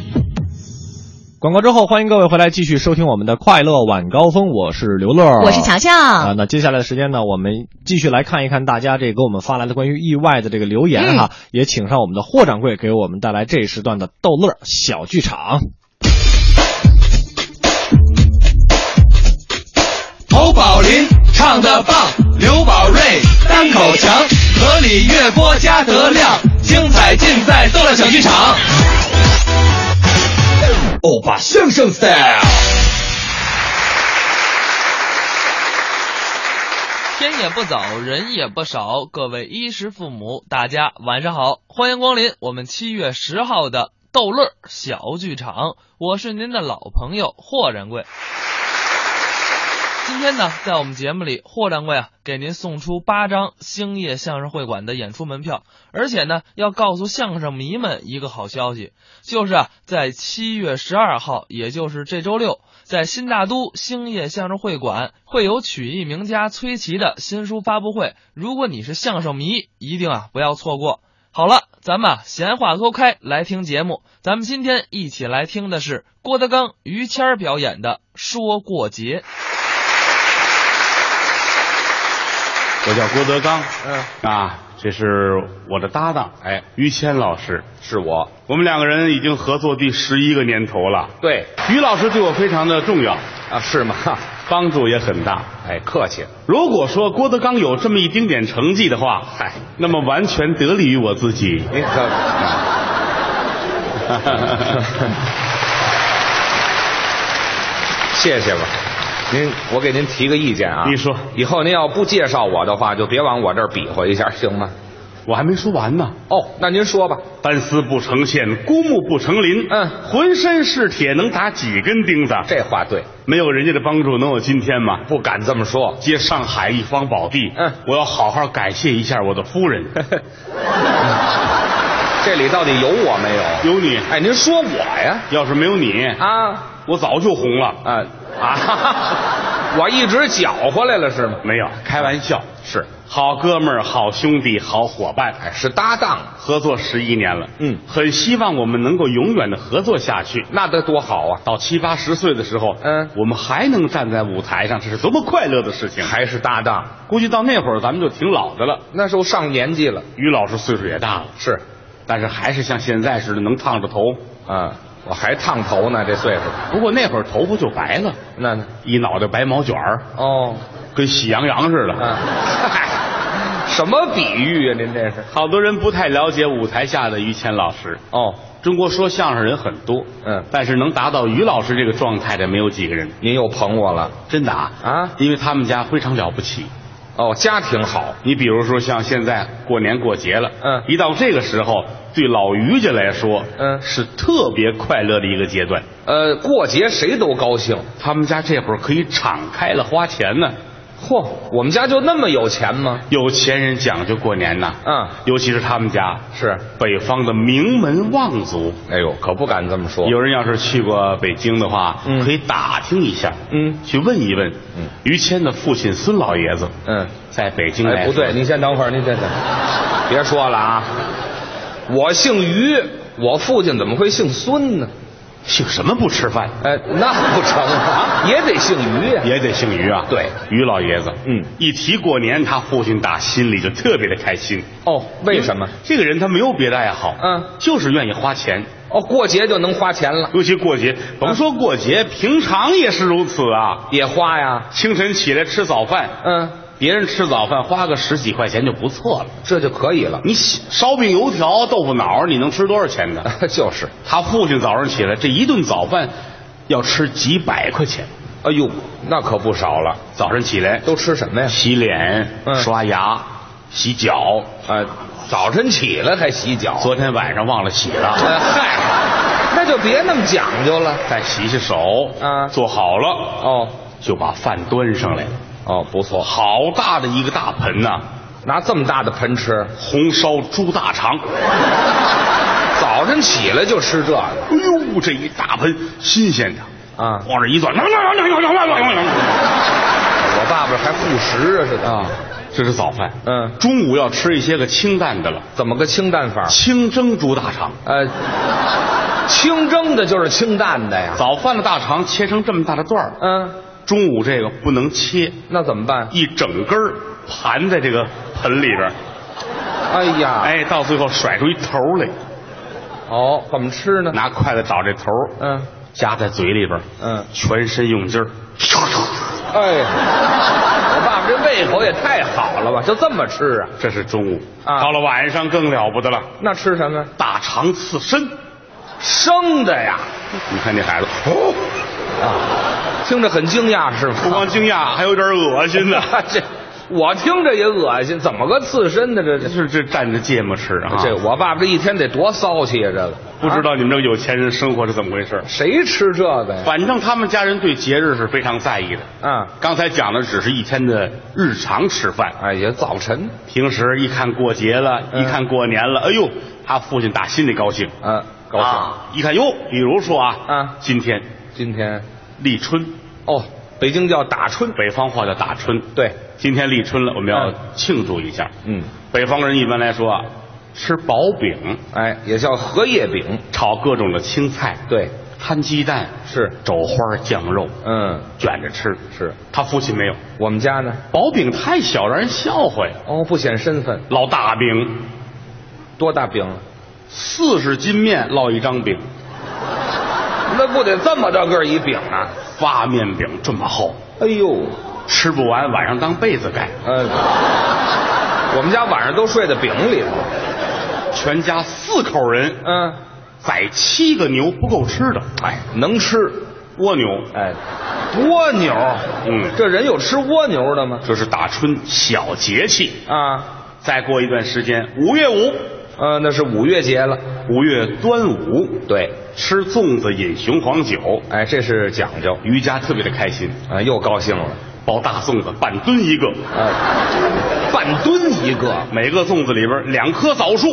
S4: 广告之后，欢迎各位回来继续收听我们的快乐晚高峰，我是刘乐，
S3: 我是乔乔
S4: 啊、那接下来的时间呢，我们继续来看一看大家这个给我们发来的关于意外的这个留言
S3: 嗯
S4: 哈，也请上我们的霍掌柜给我们带来这一时段的逗乐小剧场。
S5: 侯宝林唱的棒，刘宝瑞单口强，河里月波加德亮，精彩尽在逗乐小剧场。欧巴相声 style。
S8: 天也不早，人也不少，各位衣食父母，大家晚上好，欢迎光临我们七月十号的逗乐小剧场，我是您的老朋友霍掌柜。今天呢，在我们节目里，霍掌柜啊给您送出八张星夜相声会馆的演出门票，而且呢，要告诉相声迷们一个好消息，就是啊，在七月十二号，也就是这周六，在新大都星夜相声会馆会有曲艺名家崔琦的新书发布会，如果你是相声迷，一定啊不要错过。好了，咱们啊闲话多开，来听节目。咱们今天一起来听的是郭德纲、于谦儿表演的《说过节》。
S10: 我叫郭德纲，
S8: 嗯
S10: 啊，这是我的搭档，哎，于谦老师是我，我们两个人已经合作第十一个年头了。对，于老师对我非常的重要啊，是吗？ 帮助也很大，哎，客气。如果说郭德纲有这么一丁点成绩的话，嗨，那么完全得力于我自己。您可， 谢谢吧。
S2: 您，我给您提个意见啊。你说，以后您要不介绍我的话，就别往我这儿比划一下，行吗？
S10: 我还没说完呢。
S2: 哦，那您说吧。
S10: 单丝不成线，孤木不成林。嗯，浑身是铁，能打几根钉子？
S2: 这话对。
S10: 没有人家的帮助，能有今天吗？
S2: 不敢这么说。
S10: 接上海一方宝地，嗯，我要好好感谢一下我的夫 人。
S2: 这里到底有我没有？
S10: 有你。
S2: 哎，您说我呀？
S10: 要是没有你
S2: 啊，
S10: 我早就红了。
S2: 啊啊！ 我一直搅和来了是吗？
S10: 没有，开玩笑。
S2: 是
S10: 好哥们儿、好兄弟、好伙伴，
S2: 哎，是搭档，
S10: 合作十一年了，
S2: 嗯，
S10: 很希望我们能够永远的合作下去。
S2: 那得多好啊！
S10: 到七八十岁的时候，
S2: 嗯，
S10: 我们还能站在舞台上，这是多么快乐的事情！
S2: 还是搭档，
S10: 估计到那会儿咱们就挺老的了。
S2: 那时候上年纪了，
S10: 于老师岁数也大了，
S2: 是，
S10: 但是还是像现在似的能烫着头
S2: 啊。我还烫头呢，这岁数。
S10: 不过那会儿头发就白了，
S2: 那
S10: 一脑袋白毛卷儿，
S2: 哦，
S10: 跟喜羊羊似的。
S2: 啊嗨、 什么比喻啊？您这是？
S10: 好多人不太了解舞台下的于谦老师。
S2: 哦，
S10: 中国说相声人很多，
S2: 嗯，
S10: 但是能达到于老师这个状态的没有几个人。
S2: 您又捧我了，
S10: 真的啊
S2: 啊！
S10: 因为他们家非常了不起。
S2: 哦，家庭好，
S10: 你比如说像现在过年过节了，
S2: 嗯
S10: 一到这个时候，对老于家来说，
S2: 嗯
S10: 是特别快乐的一个阶段。
S2: 呃，过节谁都高兴。
S10: 他们家这会儿可以敞开了花钱呢。
S2: 嚯，我们家就那么有钱吗？
S10: 有钱人讲究过年呐，
S2: 嗯
S10: 尤其是他们家
S2: 是
S10: 北方的名门望族。
S2: 哎呦，可不敢这么说。
S10: 有人要是去过北京的话，
S2: 嗯
S10: 可以打听一下，
S2: 嗯
S10: 去问一问，
S2: 嗯
S10: 于谦的父亲孙老爷子，
S2: 嗯，
S10: 在北京来
S2: 哎，
S10: 说
S2: 不对，您先等会儿，您先 等，别说了啊！我姓于，我父亲怎么会姓孙呢？
S10: 姓什么不吃饭？
S2: 哎，那不成啊，也得姓于呀、
S10: 也得姓于啊，
S2: 对
S10: 于老爷子，
S2: 嗯
S10: 一提过年，他父亲打心里就特别的开心。
S2: 哦，为什么？
S10: 这个人他没有别的爱好，
S2: 嗯
S10: 就是愿意花钱，
S2: 哦，过节就能花钱了，嗯
S10: 尤其过节，甭说过节，平常也是如此啊。
S2: 也花呀。
S10: 清晨起来吃早饭，
S2: 嗯，
S10: 别人吃早饭花个十几块钱就不错了。
S2: 这就可以了。
S10: 你喜烧饼、油条、豆腐脑，你能吃多少钱呢？
S2: 就是，
S10: 他父亲早上起来这一顿早饭要吃几百块钱。
S2: 哎呦，那可不少了。
S10: 早上起来
S2: 都吃什么呀？
S10: 洗脸、
S2: 嗯
S10: 刷牙、洗脚。
S2: 啊，早晨起来还洗脚。
S10: 昨天晚上忘了洗
S2: 呃
S10: 了，
S2: 嗨，那就别那么讲究了。
S10: 再洗洗手。
S2: 啊
S10: 做好了，
S2: 哦
S10: 就把饭端上来了。
S2: 哦，不错，
S10: 好大的一个大盆呐、
S2: 拿这么大的盆吃，
S10: 红烧猪大肠。
S2: 早晨起来就吃这个。
S10: 哎呦，这一大盆新鲜的
S2: 啊
S10: 往这一攥，
S2: 我爸爸还护食啊，是的啊，
S10: 这是早饭。
S2: 嗯
S10: 中午要吃一些个清淡的了，
S2: 怎么个清淡法？
S10: 清蒸猪大肠。
S2: 呃，清蒸的就是清淡的呀。
S10: 早饭的大肠切成这么大的段儿，
S2: 嗯，
S10: 中午这个不能切，
S2: 那怎么办？
S10: 一整根儿盘在这个盆里边儿，
S2: 哎呀，，
S10: 哎，到最后甩出一头来，
S2: 哦，怎么吃呢？
S10: 拿筷子找这头，
S2: 嗯
S10: 夹在嘴里边儿，
S2: 嗯，
S10: 全身用劲儿，
S2: 哎，我爸爸这胃口也太好了吧，就这么吃啊？
S10: 这是中午。
S2: 啊
S10: 到了晚上更了不得了，
S2: 那吃什么？
S10: 大肠刺身，
S2: 生的呀！
S10: 你看这孩子，哦，
S2: 听着很惊讶是吗？
S10: 不光惊讶，还有点恶心呢。
S2: 这我听着也恶心，怎么个刺身呢？这这，
S10: 是这蘸着芥末吃啊，
S2: 这我爸爸这一天得多骚气啊！这个
S10: 不知
S2: 啊
S10: 道你们这个有钱人生活是怎么回事。
S2: 谁吃这个呀？
S10: 反正他们家人对节日是非常在意的。
S2: 啊，
S10: 刚才讲的只是一天的日常吃饭，
S2: 哎呀，早晨，
S10: 平时一看过节了，
S2: 嗯
S10: 一看过年了，哎呦，他父亲打心里高兴，
S2: 嗯，高兴。
S10: 啊一看哟，比如说啊，
S2: 啊
S10: 今天
S2: 今天
S10: 立春，
S2: 哦，北京叫打春，
S10: 北方话叫打春，
S2: 对，
S10: 今天立春了，我们要
S2: 嗯
S10: 庆祝一下。
S2: 嗯，
S10: 北方人一般来说啊，吃薄饼，
S2: 哎，也叫荷叶饼，
S10: 炒各种的青菜，
S2: 对，
S10: 摊鸡蛋，
S2: 是
S10: 肘花酱肉，
S2: 嗯，
S10: 卷着吃。
S2: 是
S10: 他父亲没有，
S2: 我们家呢，
S10: 薄饼太小，让人笑话呀。
S2: 哦，不显身份，
S10: 烙大饼，
S2: 多大饼啊？
S10: 四十斤面烙一张饼，
S2: 那不得这么大个儿一饼啊？
S10: 发面饼这么厚，
S2: 哎呦，
S10: 吃不完晚上当被子盖。
S2: 呃，我们家晚上都睡在饼里头，
S10: 全家四口人，
S2: 嗯，
S10: 宰七个牛不够吃的，哎，
S2: 能吃，
S10: 蜗牛，
S2: 哎，蜗牛，
S10: 嗯，
S2: 这人有吃蜗牛的吗？
S10: 这是打春小节气
S2: 啊。
S10: 再过一段时间，五月五，
S2: 呃，那是五月节了，
S10: 五月端午，
S2: 对，
S10: 吃粽子，饮雄黄酒，
S2: 哎，这是讲究，
S10: 瑜伽特别的开心
S2: 啊、又高兴了，
S10: 包大粽子，半吨一个，
S2: 哎，半吨一个，
S10: 每个粽子里边两棵枣树，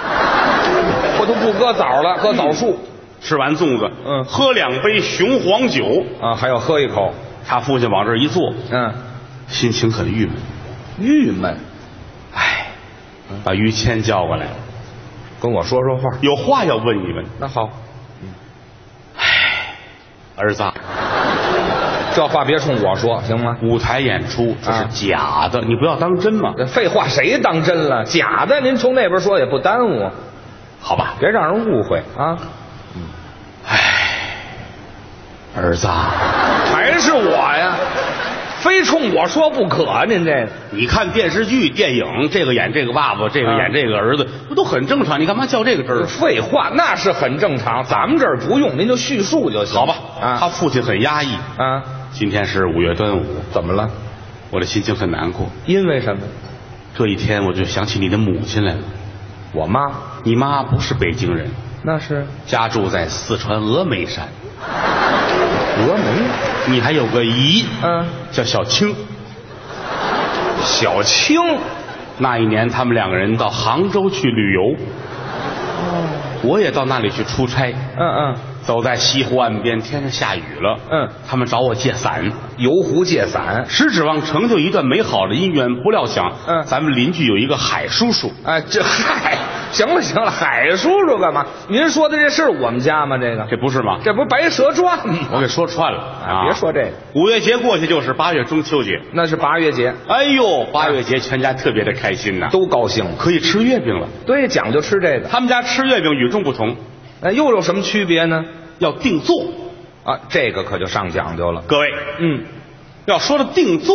S2: 我都不搁枣了，搁枣树、
S10: 嗯吃完粽子，
S2: 嗯
S10: 喝两杯雄黄酒，
S2: 啊，还要喝一口，
S10: 他父亲往这儿一坐，
S2: 嗯，
S10: 心情很郁闷，
S2: 郁闷，嗯
S10: 哎，把于谦叫过来，
S2: 跟我说说话。
S10: 有话要问一问，
S2: 那好，
S10: 儿子啊，
S2: 这话别冲我说，行吗？啊
S10: 舞台演出这是假的，你不要当真嘛，
S2: 这废话谁当真了？假的，您从那边说也不耽误，
S10: 好吧？嗯
S2: 别让人误会啊。
S10: 儿子啊，
S2: 还是我呀，非冲我说不可。您这个
S10: 你看电视剧、电影，这个演这个爸爸，这个
S2: 啊
S10: 演这个儿子，不都很正常？你干嘛较这个真儿？
S2: 废话，那是很正常，咱们这儿不用，您就叙述就行。
S10: 好吧，
S2: 啊，
S10: 他父亲很压抑。
S2: 啊，
S10: 今天是五月端午，
S2: 怎么了？
S10: 我的心情很难过。
S2: 因为什么？
S10: 这一天我就想起你的母亲来了。
S2: 我妈
S10: 你妈不是北京人，
S2: 那是
S10: 家住在四川峨眉山。
S2: 峨眉，
S10: 你还有个姨，
S2: 嗯，
S10: 叫小青。
S2: 小青，
S10: 那一年他们两个人到杭州去旅游，我也到那里去出差。
S2: 嗯嗯，
S10: 走在西湖岸边，天上下雨了。
S2: 嗯，
S10: 他们找我借伞，
S2: 游湖借伞。
S10: 实指望成就一段美好的姻缘，不料想，
S2: 嗯
S10: 咱们邻居有一个海叔叔，
S2: 哎，这嗨，行了行了，海叔叔干嘛？您说的这是我们家吗？这个
S10: 这不是吗？
S2: 这不是《白蛇传》吗？
S10: 我给说串了啊！
S2: 别说这个，
S10: 五月节过去就是八月中秋节。
S2: 那是八月节，
S10: 哎呦，八月节全家特别的开心呐，
S2: 都高兴了。
S10: 可以吃月饼了。
S2: 对，讲究吃这个。
S10: 他们家吃月饼与众不同，
S2: 哎，又有什么区别呢？
S10: 要定做。
S2: 啊，这个可就上讲究了。
S10: 各位，
S2: 嗯，
S10: 要说到定做，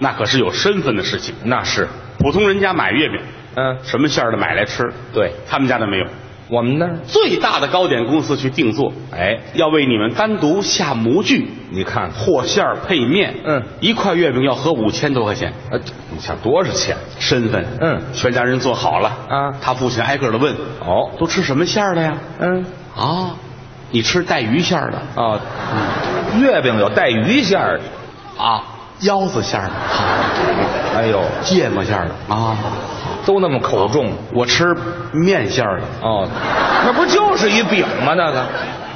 S10: 那可是有身份的事情。
S2: 那是，
S10: 普通人家买月饼，
S2: 嗯，
S10: 什么馅儿的买来吃，
S2: 对
S10: 他们家的没有。
S2: 我们那儿，
S10: 最大的糕点公司去定做，
S2: 哎，
S10: 要为你们单独下模具，
S2: 你看，
S10: 和馅儿配面，
S2: 嗯
S10: 一块月饼要合五千多块钱，
S2: 呃，你想多少钱？
S10: 身份，
S2: 嗯
S10: 全家人做好了，
S2: 啊
S10: 他父亲挨个的问，
S2: 哦
S10: 都吃什么馅儿的呀？
S2: 嗯，
S10: 啊，你吃带鱼馅儿的
S2: 哦，月饼有带鱼馅儿的。
S10: 啊，腰子馅儿的，好
S2: 哎呦，
S10: 芥末馅儿的啊，
S2: 都那么口重
S10: 我吃面馅儿的，
S2: 哦，那不就是一饼吗？那个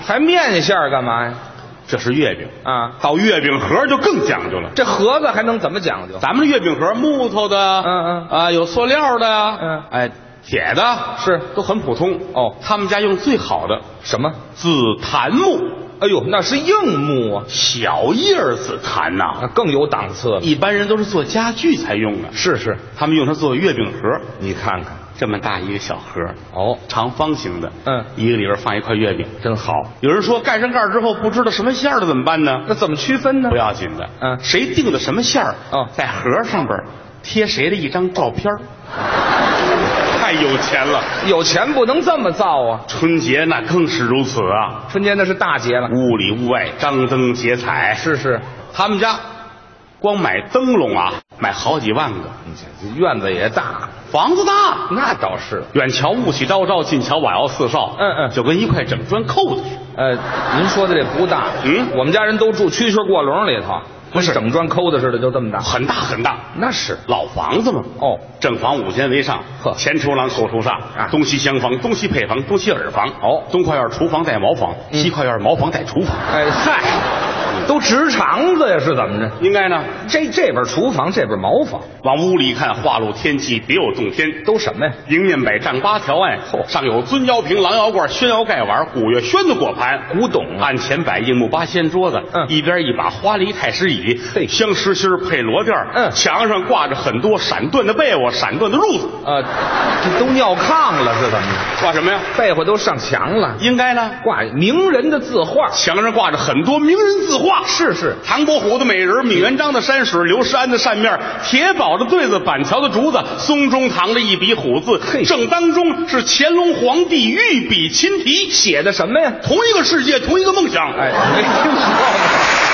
S2: 还面馅儿干嘛呀？
S10: 这是月饼
S2: 啊，
S10: 到月饼盒就更讲究了。
S2: 这盒子还能怎么讲究？
S10: 咱们的月饼盒木头的，
S2: 嗯嗯
S10: 啊，有塑料的呀，
S2: 嗯
S10: 哎，铁的
S2: 是
S10: 都很普通
S2: 哦
S10: 他们家用最好的
S2: 什么？
S10: 紫檀木，
S2: 哎呦，那是硬木啊，
S10: 小叶儿紫檀呐、
S2: 那更有档次了。
S10: 一般人都是做家具才用的，
S2: 是是，
S10: 他们用它做月饼盒，
S2: 你看看，
S10: 这么大一个小盒，
S2: 哦
S10: 长方形的，
S2: 嗯
S10: 一个里边放一块月饼，
S2: 真好。
S10: 有人说盖上盖儿之后不知道什么馅儿的怎么办呢？
S2: 那怎么区分呢？
S10: 不要紧的，
S2: 嗯
S10: 谁定的什么馅儿，
S2: 哦
S10: 在盒上边儿贴谁的一张照片 儿太有钱了。
S2: 有钱不能这么造啊！
S10: 春节那更是如此啊，
S2: 春节那是大节了，
S10: 屋里屋外张灯结彩。
S2: 是是，
S10: 他们家光买灯笼啊，买好几万个，
S2: 你这院子也大，
S10: 房子大。
S2: 那倒是。
S10: 远瞧雾气昭昭，近瞧瓦窑四少，
S2: 嗯嗯
S10: 就跟一块整砖扣子似的。
S2: 呃，您说的这不大，
S10: 嗯
S2: 我们家人都住蛐蛐过笼里头，
S10: 不是
S2: 跟整砖抠的似的，就这么大。
S10: 很大很大，
S2: 那是
S10: 老房子嘛。
S2: 哦，
S10: 正房五间为上，
S2: 呵
S10: 前厨廊后厨厦，
S2: 啊
S10: 东西厢房、东西配房、东西耳房。
S2: 哦
S10: 东跨院厨房带茅房，
S2: 嗯
S10: 西跨院茅房带厨房。
S2: 哎嗨，都直肠子呀，是怎么着？
S10: 嗯应该呢，
S2: 这这边厨房，这边茅房，
S10: 往屋里一看，画露天际，别有洞天。
S2: 都什么呀？
S10: 迎面百丈八条案，上有尊窑瓶、狼窑罐、宣窑盖碗、古月轩子果盘、古董，案前摆硬木八仙桌子，
S2: 啊嗯
S10: 一边一把花梨太师椅，
S2: 嘿
S10: 镶石心儿配罗垫儿
S2: 嗯
S10: 墙上挂着很多闪缎的被窝、闪缎的褥子，
S2: 呃，这都尿炕了，是怎么着？
S10: 挂什么呀？
S2: 被窝都上墙了，
S10: 应该呢，
S2: 挂名人的字画。
S10: 墙上挂着很多名人字画，
S2: 是是，
S10: 唐伯虎的美人，闵元璋的山水，刘诗安的扇面，铁宝的对子，板桥的竹子，松中堂的一笔虎字，正当中是乾隆皇帝御笔亲题，
S2: 写的什么呀？
S10: 同一个世界，同一个梦想。
S2: 哎，没听说过。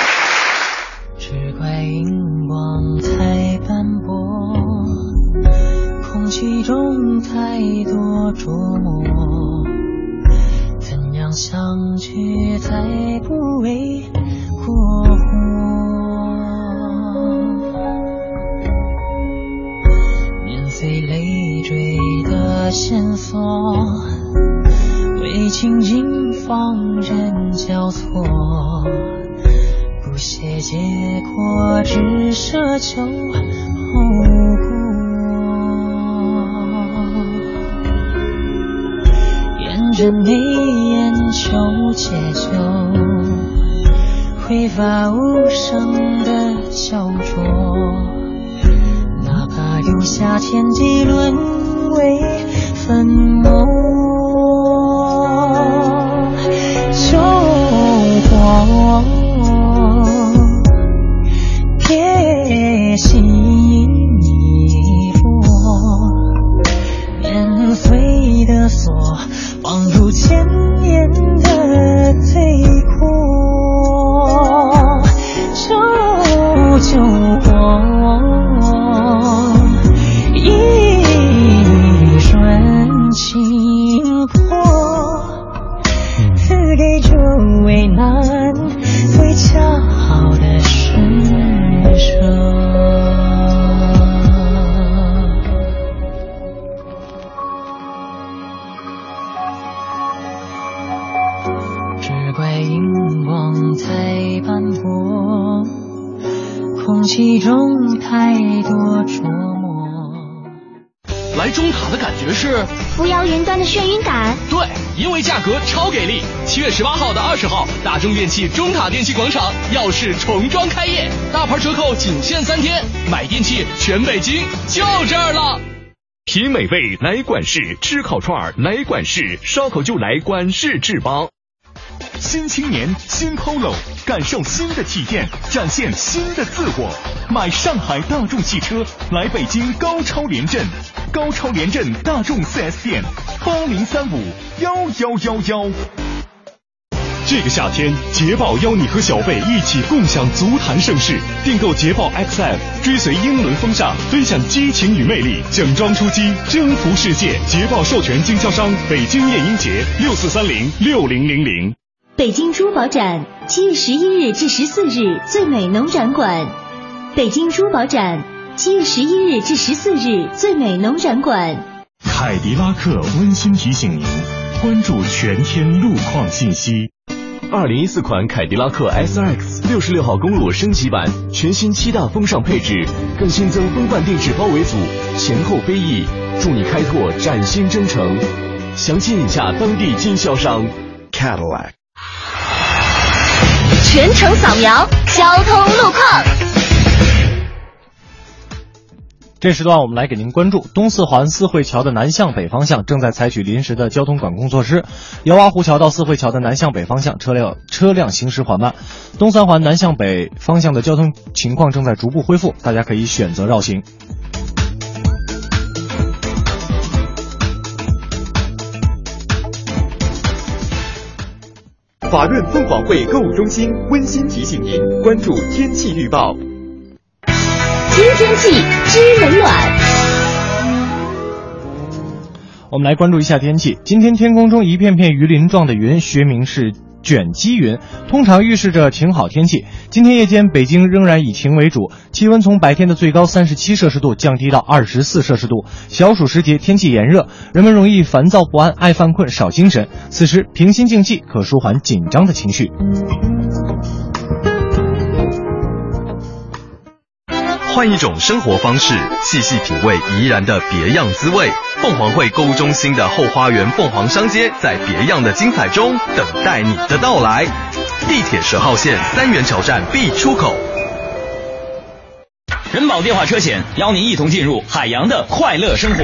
S21: 太多琢磨，怎样相聚才不为过火？碾碎累赘的线索，为情境放任交错，不屑结果，只奢求后果。沿着眉眼求解救，挥发无声的焦灼。哪怕留下天地沦为粉末。救火，别熄火，年岁的锁绑住千年的罪过。救救我！一瞬情破，赐给久违难最恰好的施舍。只怪荧光太斑驳，空气中太多琢磨。
S13: 来中塔的感觉是，
S29: 扶摇云端的眩晕感。
S13: 对，因为价格超给力。七月十八号到二十号，大中电器中塔电器广场耀世重装开业，大牌折扣仅限三天，买电器全北京就这儿了。
S15: 品美味来管事，吃烤串儿来管事，烧烤就来管事志邦。
S37: 新青年，新 Polo，感受新的体验，展现新的自我。买上海大众汽车，来北京高超联镇，高超联镇大众 4S 店，八零三五幺幺幺幺。
S15: 这个夏天，捷豹邀你和小贝一起共享足坛盛世。订购捷豹 XF，追随英伦风尚，分享激情与魅力，整装出击，征服世界。捷豹授权经销商北京燕鹰捷六四三零六零零零。
S2: 北京珠宝展七月十一日至十四日，最美农展馆。北京珠宝展七月十一日至十四日，最美农展馆。
S15: 凯迪拉克温馨提醒您，关注全天路况信息。二零一四款凯迪拉克 SRX 六十六号公路升级版，全新七大风尚配置，更新增风范定制包围组，前后飞翼，助你开拓崭新征程。详情请洽当地经销商 Cadillac。
S29: 全程扫描交通路况。
S4: 这时段我们来给您关注东四环四惠桥的南向北方向正在采取临时的交通管控措施，姚洼湖桥到四惠桥的南向北方向车辆车辆行驶缓慢，东三环南向北方向的交通情况正在逐步恢复，大家可以选择绕行。
S17: 华润凤凰汇购物中心温馨提醒您关注天气预报。
S29: 知天气，知冷暖。
S4: 我们来关注一下天气。今天天空中一片片鱼鳞状的云，学名是卷积云，通常预示着晴好天气。今天夜间，北京仍然以晴为主，气温从白天的最高三十七摄氏度降低到二十四摄氏度。小暑时节，天气炎热，人们容易烦躁不安、爱犯困、少精神。此时平心静气，可舒缓紧张的情绪。
S17: 换一种生活方式，细细品味怡然的别样滋味。凤凰汇购物中心的后花园凤凰商街，在别样的精彩中等待你的到来。地铁十号线三元桥站 B 出口。
S18: 人保电话车险邀您一同进入海洋的快乐生活。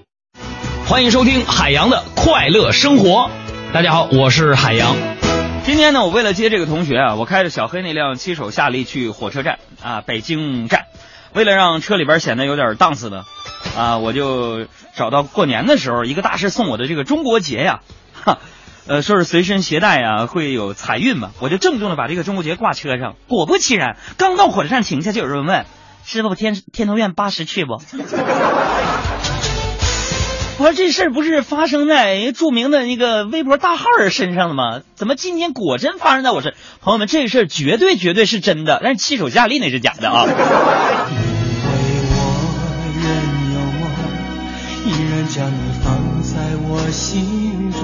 S13: 欢迎收听海洋的快乐生活。大家好，我是海洋。
S18: 今天呢，我为了接这个同学啊，我开着小黑那辆七手夏利去火车站啊，北京站。为了让车里边显得有点档次呢，啊，我就找到过年的时候一个大师送我的这个中国结呀、 哈，呃，说是随身携带啊会有财运嘛，我就郑重的把这个中国结挂车上。果不其然，刚到火车站停下，就有人问师傅天天通苑八十去不？我说这事儿不是发生在著名的那个微博大号儿身上的吗？怎么今天果真发生在我身？朋友们，这个事儿绝对绝对是真的，但是七手夏利那是假的啊！
S5: 依然将你放在我心中，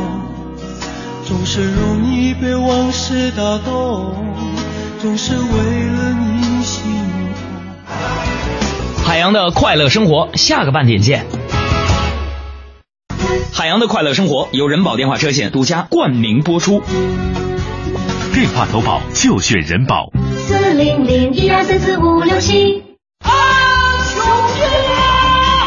S5: 总是容易被往事打动，总是为了你心痛。
S13: 海洋的快乐生活，下个半点见。海洋的快乐生活由人保电话车险独家冠名播出。
S15: 电话投保就选人保。
S38: 四零零一二三四五六七。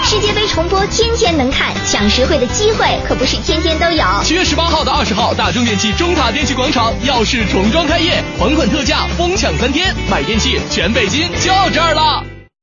S38: 世界杯重播天天能看，抢实惠的机会可不是天天都有。
S13: 七月十八号到二十号，大中电器中塔电器广场耀世重装开业，还款特价疯抢三天，买电器全北京就这儿了。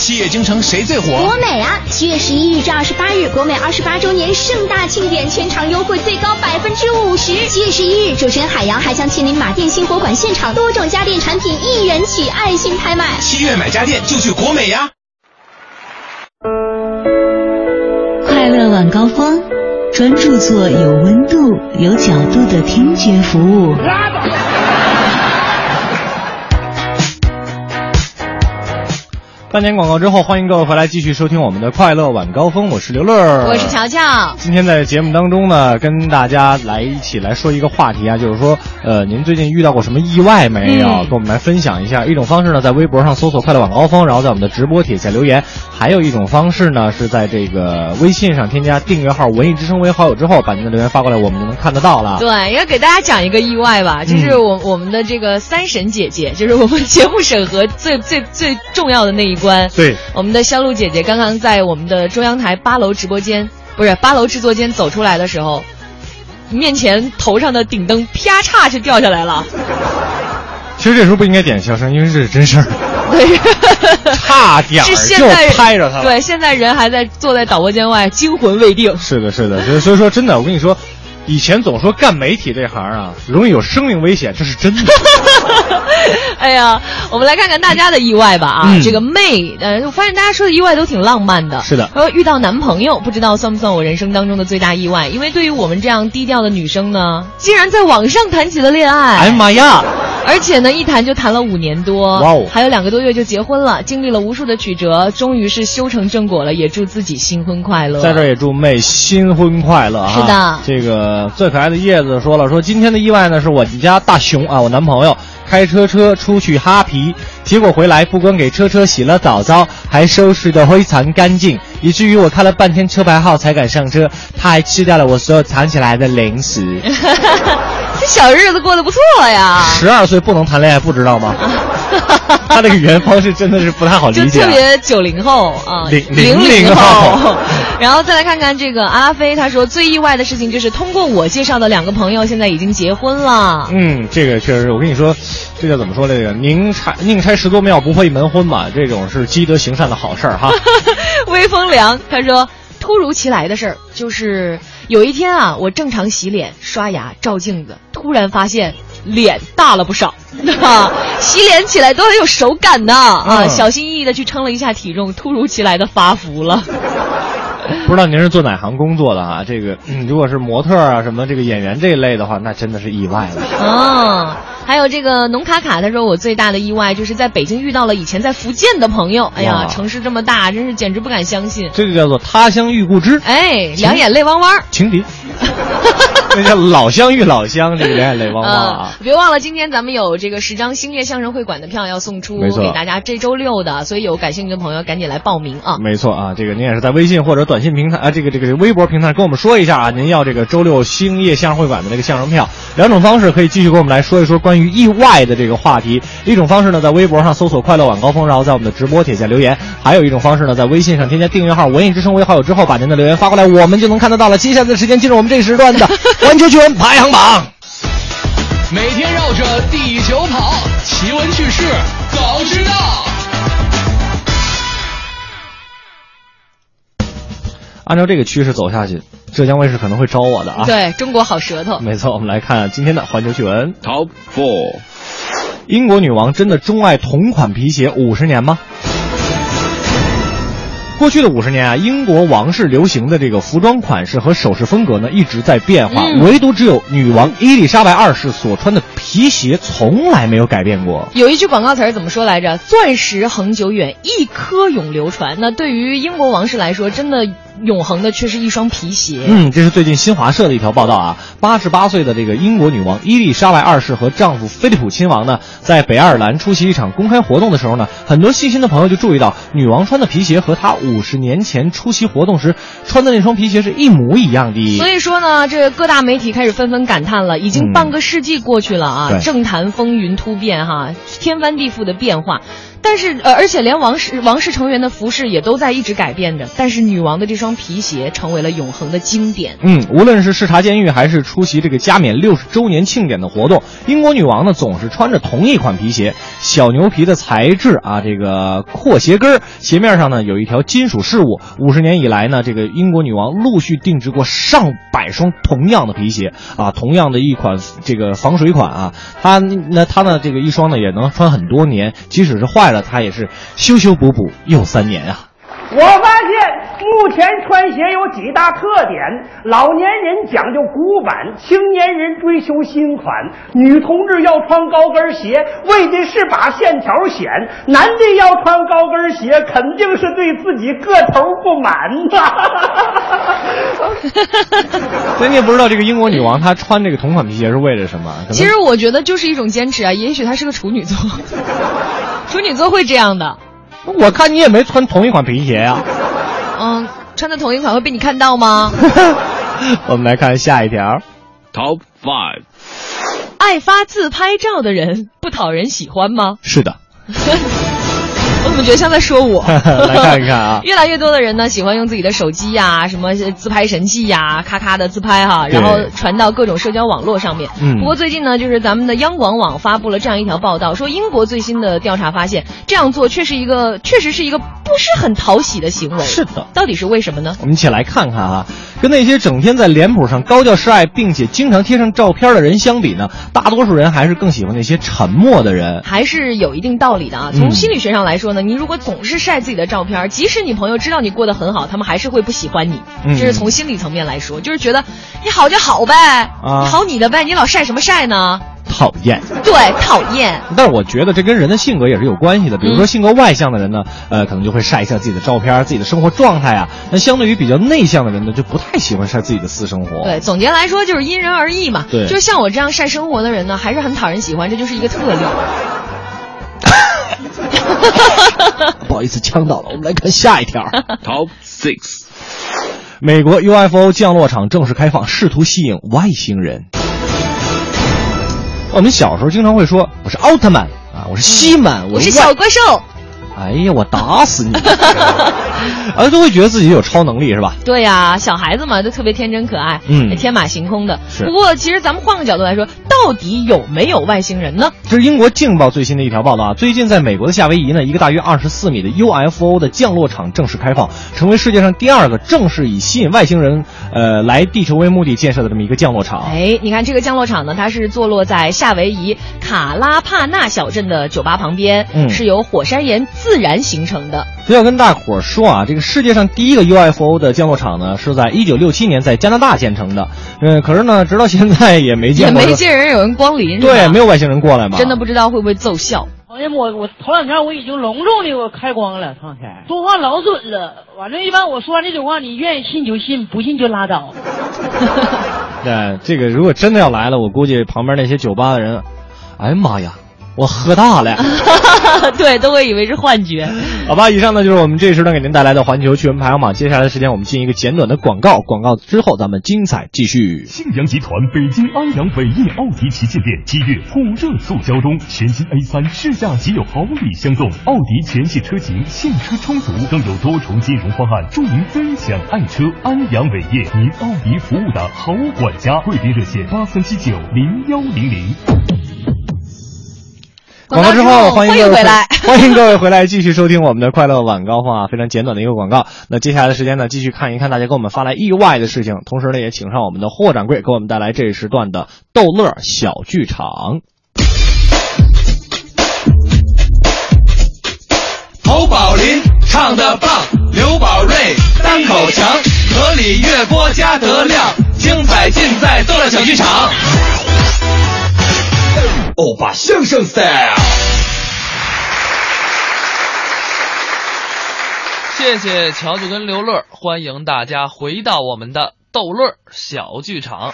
S13: 七月京城谁最火？
S26: 国美啊！七月十一日至二十八日，国美二十八周年盛大庆典，全场优惠最高百分之五十。七月十一日，主持人海洋还将亲临马甸新火馆现场，多种家电产品一元起爱心拍卖。
S13: 七月买家电就去国美呀！
S17: 快乐晚高峰，专注做有温度、有角度的听觉服务。
S4: 半年广告之后，欢迎各位回来继续收听我们的快乐晚高峰，我是刘乐，
S3: 我是乔乔。
S4: 今天在节目当中呢，跟大家来一起来说一个话题啊，就是说，呃，您最近遇到过什么意外没有？
S3: 嗯
S4: 跟我们来分享一下。一种方式呢，在微博上搜索“快乐晚高峰”，然后在我们的直播帖下留言；还有一种方式呢，是在这个微信上添加订阅号“文艺之声”为好友之后，把您的留言发过来，我们就能看得到了。
S3: 对，要给大家讲一个意外
S4: 嗯
S3: 吧，就是我、我们的这个三审姐姐，就是我们节目审核最最最重要的那一关。
S4: 对，
S3: 我们的肖璐姐姐刚刚在我们的中央台八楼直播间，不是八楼制作间走出来的时候，面前头上的顶灯啪嚓就掉下来 了。
S4: 其实这时候不应该点笑声，因为这是真事儿，
S3: 对，
S4: 差点儿
S3: 是现
S4: 就
S3: 在
S4: 拍着他了。
S3: 对，现在人还在坐在导播间外，惊魂未定。
S4: 是的，是的，所以所以说真的，我跟你说，以前总说干媒体这行啊，容易有生命危险，这是 真的。
S3: 哎呀，我们来看看大家的意外吧啊！
S4: 嗯
S3: 这个妹，呃，我发现大家说的意外都挺浪漫的。
S4: 是的
S3: 然后遇到男朋友，不知道算不算我人生当中的最大意外？因为对于我们这样低调的女生呢，竟然在网上谈起了恋爱。
S4: 哎呀妈呀！
S3: 而且呢，一谈就谈了五年多，
S4: 哇哦
S3: 还有两个多月就结婚了，经历了无数的曲折，终于是修成正果了。也祝自己新婚快乐。
S4: 在这儿也祝妹新婚快乐啊！
S3: 是的
S4: 这个最可爱的叶子说了，说今天的意外呢，是我们家大熊啊，我男朋友开车车出去哈皮，结果回来不光给车车洗了澡澡，还收拾的非常干净，以至于我看了半天车牌号才敢上车，他还吃掉了我所有藏起来的零食。
S3: 这小日子过得不错呀。
S4: 十二岁不能谈恋爱，不 知道吗？他这个语言方式真的是不太好
S3: 就
S4: 理解、
S3: 特
S4: 啊。
S3: 别九零后啊，
S4: 零
S3: 零
S4: 零
S3: 后
S4: 后。
S3: 然后再来看看这个阿飞，他说最意外的事情就是通过我介绍的两个朋友现在已经结婚了。
S4: 嗯，这个确实是，我跟你说，这叫怎么说？这个宁拆宁拆十座庙，不破一门婚吧？这种是积德行善的好事儿 哈。
S3: 微风凉，他说突如其来的事儿就是有一天啊，我正常洗脸、刷牙、照镜子，突然发现脸大了不 少，啊，洗脸起来都很有手感的啊，
S4: 嗯
S3: 小心翼翼的去称了一下体重，突如其来的发福了。
S4: 不知道您是做哪行工作的啊？这个、嗯如果是模特儿啊、什么这个演员这一类的话，那真的是意外了。
S3: 啊，还有这个农卡卡，他说我最大的意外就是在北京遇到了以前在福建的朋友。哎呀，
S4: 哇
S3: 城市这么大，真是简直不敢相信。
S4: 这个叫做他乡遇故知，
S3: 哎，两眼泪汪汪。
S4: 情 敌，那叫老乡遇老乡，这个两眼泪汪汪
S3: 嗯
S4: 啊。，
S3: 别忘了今天咱们有这个十张星月相声会馆的票要送出
S4: 没错
S3: 给大家，这周六的，所以有感兴趣的朋友赶紧来报名啊！
S4: 没错啊，这个您也是在微信或者短信平台啊，这个这个微博平台跟我们说一下啊，您要这个周六星夜相声会馆的这个相声票，两种方式可以继续跟我们来说一说关于意外的这个话题。一种方式呢，在微博上搜索“快乐晚高峰”，然后在我们的直播帖下留言；还有一种方式呢，在微信上添加订阅号“文艺之声”为好友之后，把您的留言发过来，我们就能看得到了。接下来的时间进入我们这一时段的环球趣闻排行榜。
S13: 每天绕着地球跑，奇闻趣事早知道。
S4: 按照这个趋势走下去，浙江卫视可能会招我的啊。嗯
S3: 对中国好舌头，
S4: 没错，我们来看今天的环球趣闻。
S9: Top Four，
S4: 英国女王真的钟爱同款皮鞋五十年吗？过去的五十年啊，英国王室流行的这个服装款式和首饰风格呢一直在变化，
S3: 嗯
S4: 唯独只有女王伊丽莎白二世所穿的皮鞋从来没有改变过。
S3: 有一句广告词儿怎么说来着？钻石恒久远，一颗永流传。那对于英国王室来说，真的永恒的却是一双皮鞋。
S4: 嗯，这是最近新华社的一条报道啊。八十八岁的这个英国女王伊丽莎白二世和丈夫菲利普亲王呢，在北爱尔兰出席一场公开活动的时候呢，很多细心的朋友就注意到，女王穿的皮鞋和她五十年前出席活动时穿的那双皮鞋是一模一样的。
S3: 所以说呢，这各大媒体开始纷纷感叹了，已经半个世纪过去了啊，
S4: 嗯对
S3: 政坛风云突变哈，天翻地覆的变化。但是呃，而且连王室王室成员的服饰也都在一直改变着，但是女王的这双皮鞋成为了永恒的经典。
S4: 嗯，无论是视察监狱，还是出席这个加冕六十周年庆典的活动，英国女王呢总是穿着同一款皮鞋，小牛皮的材质啊，这个阔鞋跟儿，鞋面上呢有一条金属饰物。五十年以来呢，这个英国女王陆续定制过上百双同样的皮鞋啊，同样的一款这个防水款啊，她那她呢这个一双呢也能穿很多年，即使是坏了，她也是修修补补又三年啊。
S1: 我发现目前穿鞋有几大特点：老年人讲究古板，青年人追求新款，女同志要穿高跟鞋，为的是把线条显；男的要穿高跟鞋，肯定是对自己个头不满 呐、
S4: 所以你也不知道这个英国女王她穿这个同款皮鞋是为了什么？可能
S3: 其实我觉得就是一种坚持啊，也许她是个处女座， 处女座会这样的，
S4: 我看你也没穿同一款皮鞋啊。
S3: 嗯，穿的同一款会被你看到吗？
S4: 我们来看下一条。
S9: Top Five，
S3: 爱发自拍照的人不讨人喜欢吗？
S4: 是的，
S3: 我怎么觉得像在说我？
S4: 来看一看啊
S3: 越来越多的人呢，喜欢用自己的手机呀、什么自拍神器呀、咔咔的自拍哈，
S21: 对
S3: 然后传到各种社交网络上面。
S21: 嗯
S3: 不过最近呢，就是咱们的央广网发布了这样一条报道，说英国最新的调查发现，这样做确实一个确实是一个不是很讨喜的行为。
S4: 是的，
S3: 到底是为什么呢？
S4: 我们一起来看看啊，跟那些整天在脸谱上高调示爱，并且经常贴上照片的人相比呢，大多数人还是更喜欢那些沉默的人。
S3: 还是有一定道理的
S4: 嗯
S3: 啊。从心理学上来说呢，你如果总是晒自己的照片，即使你朋友知道你过得很好，他们还是会不喜欢你。
S4: 嗯
S3: 这是从心理层面来说，就是觉得你好就好呗，
S4: 啊
S3: 你好你的呗，你老晒什么晒呢？
S4: 讨厌。
S3: 对，讨厌。
S4: 但是我觉得这跟人的性格也是有关系的，比如说性格外向的人呢，呃，可能就会晒一下自己的照片、自己的生活状态啊。那相对于比较内向的人呢，就不太喜欢晒自己的私生活。
S3: 对，总结来说就是因人而异嘛。
S4: 对
S3: 就是像我这样晒生活的人呢，还是很讨人喜欢，这就是一个特例。
S4: 不好意思，呛到了。我们来看下一条。
S9: Top Six，
S4: 美国 UFO 降落场正式开放，试图吸引外星人。我们小时候经常会说：“我是奥特曼啊，我是西曼，
S3: 嗯我
S4: 是
S3: 是
S4: 外
S3: 小怪兽。
S4: 哎呀，我打死你！ 啊，都会觉得自己有超能力是吧？
S3: 对呀、小孩子嘛，都特别天真可爱，
S4: 嗯
S3: 天马行空的。
S4: 是
S3: 不过，其实咱们换个角度来说，到底有没有外星人呢？
S4: 这是英国《镜报》最新的一条报道啊，最近在美国的夏威夷呢，一个大约二十四米的 UFO 的降落场正式开放，成为世界上第二个正式以吸引外星人呃来地球为目的建设的这么一个降落场。
S3: 哎，你看这个降落场呢，它是坐落在夏威夷卡拉帕纳小镇的酒吧旁边，
S4: 嗯
S3: 是由火山岩自自然形成的。
S4: 所以要跟大伙儿说啊，这个世界上第一个 UFO 的降落场呢，是在一九六七年在加拿大建成的。嗯，可是呢，直到现在也没
S3: 也
S4: 见过
S3: 没
S4: 说，
S3: 见人有人光临，是吧
S4: 对，没有外星人过来嘛。
S3: 真的不知道会不会奏效。
S1: 哎呀，我我头两天我已经隆重的我开光了，上天说话老准了。反正一般我说完这种话，你愿意信就信，不信就拉倒。
S4: 对，哎这个如果真的要来了，我估计旁边那些酒吧的人，哎呀妈呀，我喝大 了。
S3: 对，都会以为是幻觉。
S4: 好吧，以上呢就是我们这时段给您带来的环球趣闻排行榜。接下来的时间我们进一个简短的广告，广告之后咱们精彩继续。
S9: 信阳集团北京安阳伟业奥迪旗舰店七月火热促销中，全新 A 3试驾即有好礼相送，奥迪全系车型现车充足，更有多重金融方案助您分享爱车。安阳伟业，您奥迪服务的好管家，贵宾热线八三七九零幺零零。
S4: 广告之后，欢迎各位
S3: 回来，
S4: 欢迎各位回来继续收听我们的快乐晚高峰啊，非常简短的一个广告。那接下来的时间呢，继续看一看大家给我们发来意外的事情，同时呢，也请上我们的霍掌柜给我们带来这一时段的逗乐小剧场。
S21: 侯宝林唱的棒，刘宝瑞单口强，河里月波加德亮，精彩尽在逗乐小剧场。欧巴相声 style。
S8: 谢谢乔乔跟刘乐，欢迎大家回到我们的逗乐小剧场。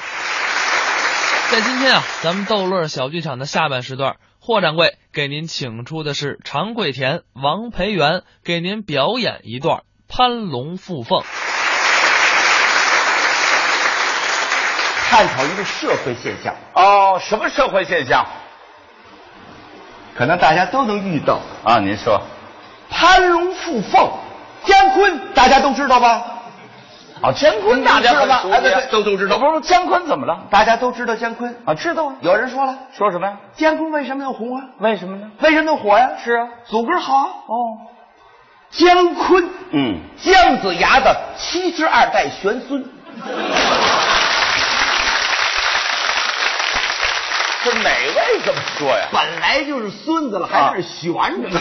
S8: 在今天啊，咱们逗乐小剧场的下半时段，霍掌柜给您请出的是常贵田、王培元，给您表演一段攀龙附凤。
S10: 探讨一个社会现象。哦，什么社会现象？可能大家都能遇到啊。您说，攀龙附凤，姜昆大家都知道吧？哦，姜昆大家
S20: 大家很熟悉啊
S10: 哎，对对，
S20: 都都知道
S10: 不是不是，姜昆怎么了？大家都知道姜昆啊，知道啊。有人说了，说什么呀？姜昆为什么要红啊？为什么呢？为什么要火呀？是啊，祖歌好啊。哦，姜昆，嗯，姜子牙的七十二代玄孙。
S20: 这哪位这么说呀？哎
S10: 本来就是孙子了，还在这悬 着呢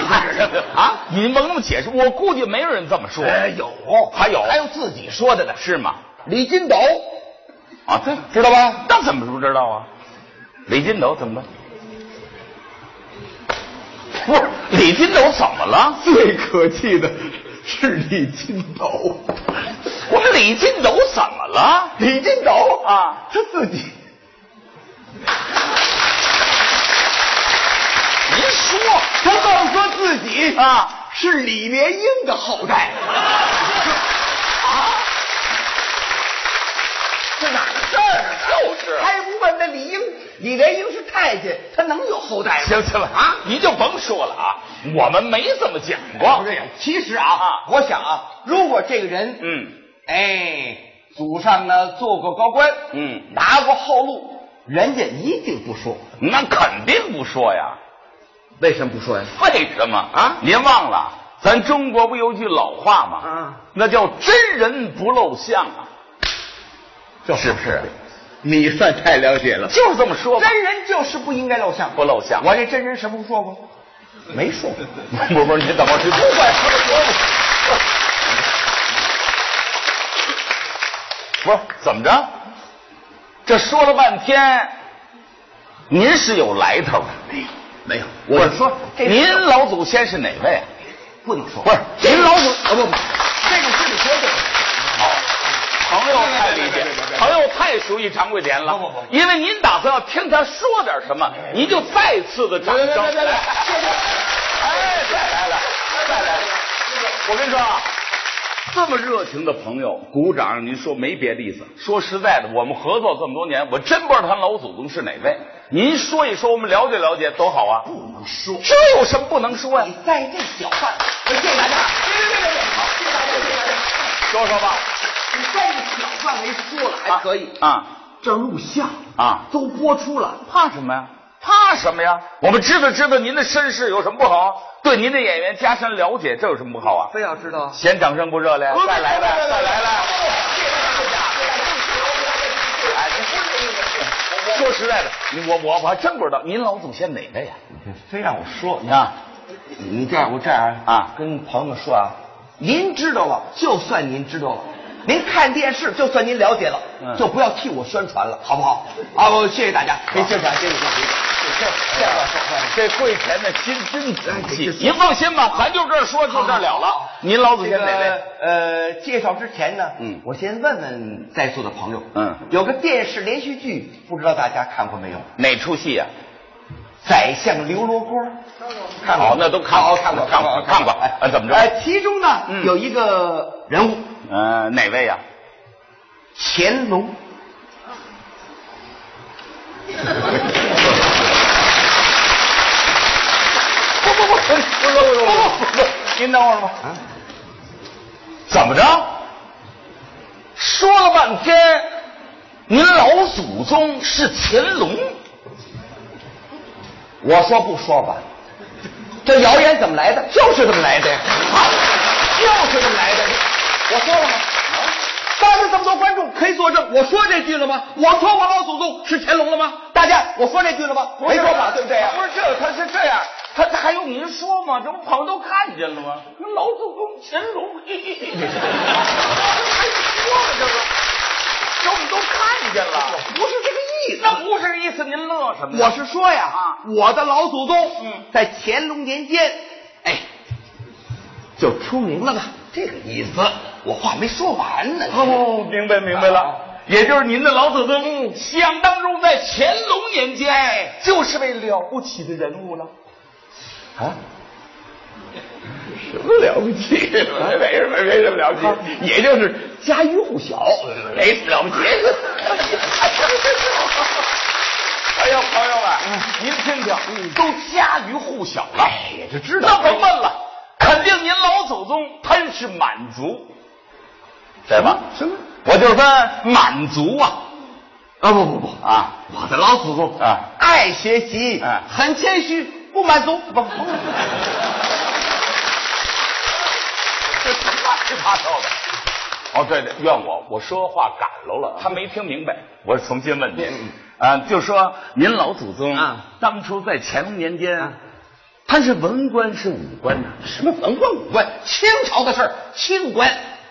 S10: 啊！
S20: 你甭那么解释，我估计没有人这么说。
S10: 哎有
S20: 还有，
S10: 还有自己说的呢，
S20: 是吗？
S10: 李金斗
S20: 啊，对，
S10: 知道吧？
S20: 那怎么不知道啊？李金斗怎么了？不是李金斗怎么了？
S10: 最可气的是李金斗，
S20: 我说李金斗怎么了？
S10: 李金斗啊，他自己
S20: 您说，
S10: 他告诉说自己啊是李莲英的后代。
S20: 哎
S10: 这哪儿的事儿啊？
S20: 就是
S10: 还不问那李英，李莲英是太监，他能有后代吗？
S20: 行行了啊，您就甭说了啊，我们没这么讲过。
S10: 哎不是，其实啊，我想啊，如果这个人，嗯，哎，祖上呢做过高官，嗯，拿过后路，人家一定不说。
S20: 那肯定不说呀。
S10: 为什么不说呀？
S20: 为什么啊？您忘了，咱中国不有句老话吗？啊，那叫真人不露相啊，是不是？
S10: 你算太了解了
S20: 就是这么说吧。
S10: 真人就是不应该露相，
S20: 不露相
S10: 我这真人什么时候说过？没说过。
S20: 不不，你怎么是不管说不是怎么着？这说了半天，您是有来头的。没有，
S10: 我
S20: 不是
S10: 就说这
S20: 您老祖先是哪位啊？
S10: 不能说。
S20: 不是，您老祖
S10: 啊不不，这个是你说的。
S20: 朋友太理解，朋友太熟悉常贵田了。不不不，因为您打算要听他说点什么，您就再次的掌声。别别别别，哎，再来了，再来了。我跟你说啊，这么热情的朋友，鼓掌，您说没别的意思。说实在的，我们合作这么多年，我真不知道他老祖宗是哪位。您说一说，我们了解了解，多好啊！不能说，这有什么不能说呀、
S10: 你在这搅拌，我谢谢大家。别别别别别，好，谢谢大家，谢谢大家。
S20: 说说吧，
S10: 你在这搅拌没说了，还可以。
S20: 啊，
S10: 这录像
S20: 啊，
S10: 都播出了，
S20: 怕什么呀？怕什么呀？我们知道知道您的身世有什么不好？对您的演员加深了解，这有什么不好啊？
S10: 非要知道？
S20: 嫌掌声不热烈，再来呗，再来呗。说实在的，您我我我还真不知道您老祖先哪位呀？
S12: 啊
S10: 非让我说
S20: 你看，
S12: 你这样，我这样啊，跟朋友们说啊，您知道了，就算您知道了。您看电视，就算您了解了，
S20: 嗯
S12: 就不要替我宣传了，好不好？啊，我谢谢大家，谢谢谢谢谢谢谢谢
S20: 哎
S12: 哎
S20: 这跪前的心真争气。您放心吧，咱就这儿说就这儿了了。您老祖先哪
S12: 这
S20: 位
S12: 个？呃，介绍之前呢，嗯，我先问问在座的朋友，嗯，有个电视连续剧，不知道大家看过没有？
S20: 哪出戏啊呀？
S12: 宰相刘罗锅，看过
S20: 哦那都看
S12: 哦
S20: 过
S12: 看过
S20: 看过看过嗯
S12: 哎
S20: 哎怎么着
S12: 哎，其中呢有一个人物，
S20: 呃，哪位呀？
S12: 乾隆。
S20: 不不不不不不不不，您等会儿吧。怎么着？说了半天，您老祖宗是乾隆？
S12: 我说不说吧，这谣言怎么来的？就是这么来的呀，就是这么来的。我说了吗？当着这么多观众可以作证，我说这句了吗？我说我老祖宗是乾隆了吗？大家，我说这句了吗？没说吧，对不对啊呀？
S20: 不是这，他是这样，他他还用您说吗？这不朋友都看见了吗？那老祖宗乾隆，嘿嘿 嘿还说了这个，这我们都看见了，不是这个意思，那不是这意思，您乐什么呀？啊嗯
S12: 我是说呀，我的老祖宗在乾隆年间，哎，就出名了吧？这个意思，我话没说完呢。啊
S20: 哦，明白明白了，也就是您的老祖
S12: 嗯
S20: 宗，想当中在乾隆年间就是位了不起的人物了。
S12: 啊，
S20: 什么了不起？
S12: 啊
S20: 没什么，没什么了不起，也就是家喻户晓，没什么了不起。哎呦，朋友们，您听听，都家喻户晓了，嗯哎也就知道。那甭问了，肯定您老祖宗贪是满族，对吧？什么？我就是说满族啊。
S12: 啊不不不啊！我的老祖宗啊，爱学习，
S20: 啊
S12: 很谦虚，不满足，不不。
S20: 这他乱七八糟的。哦，对对，怨我，我说话赶喽了，啊他没听明白。我重新问您，啊，就说您老祖宗啊，当初在乾隆年间，他是文官是武官呐？什么文官武官？清朝的事儿，清官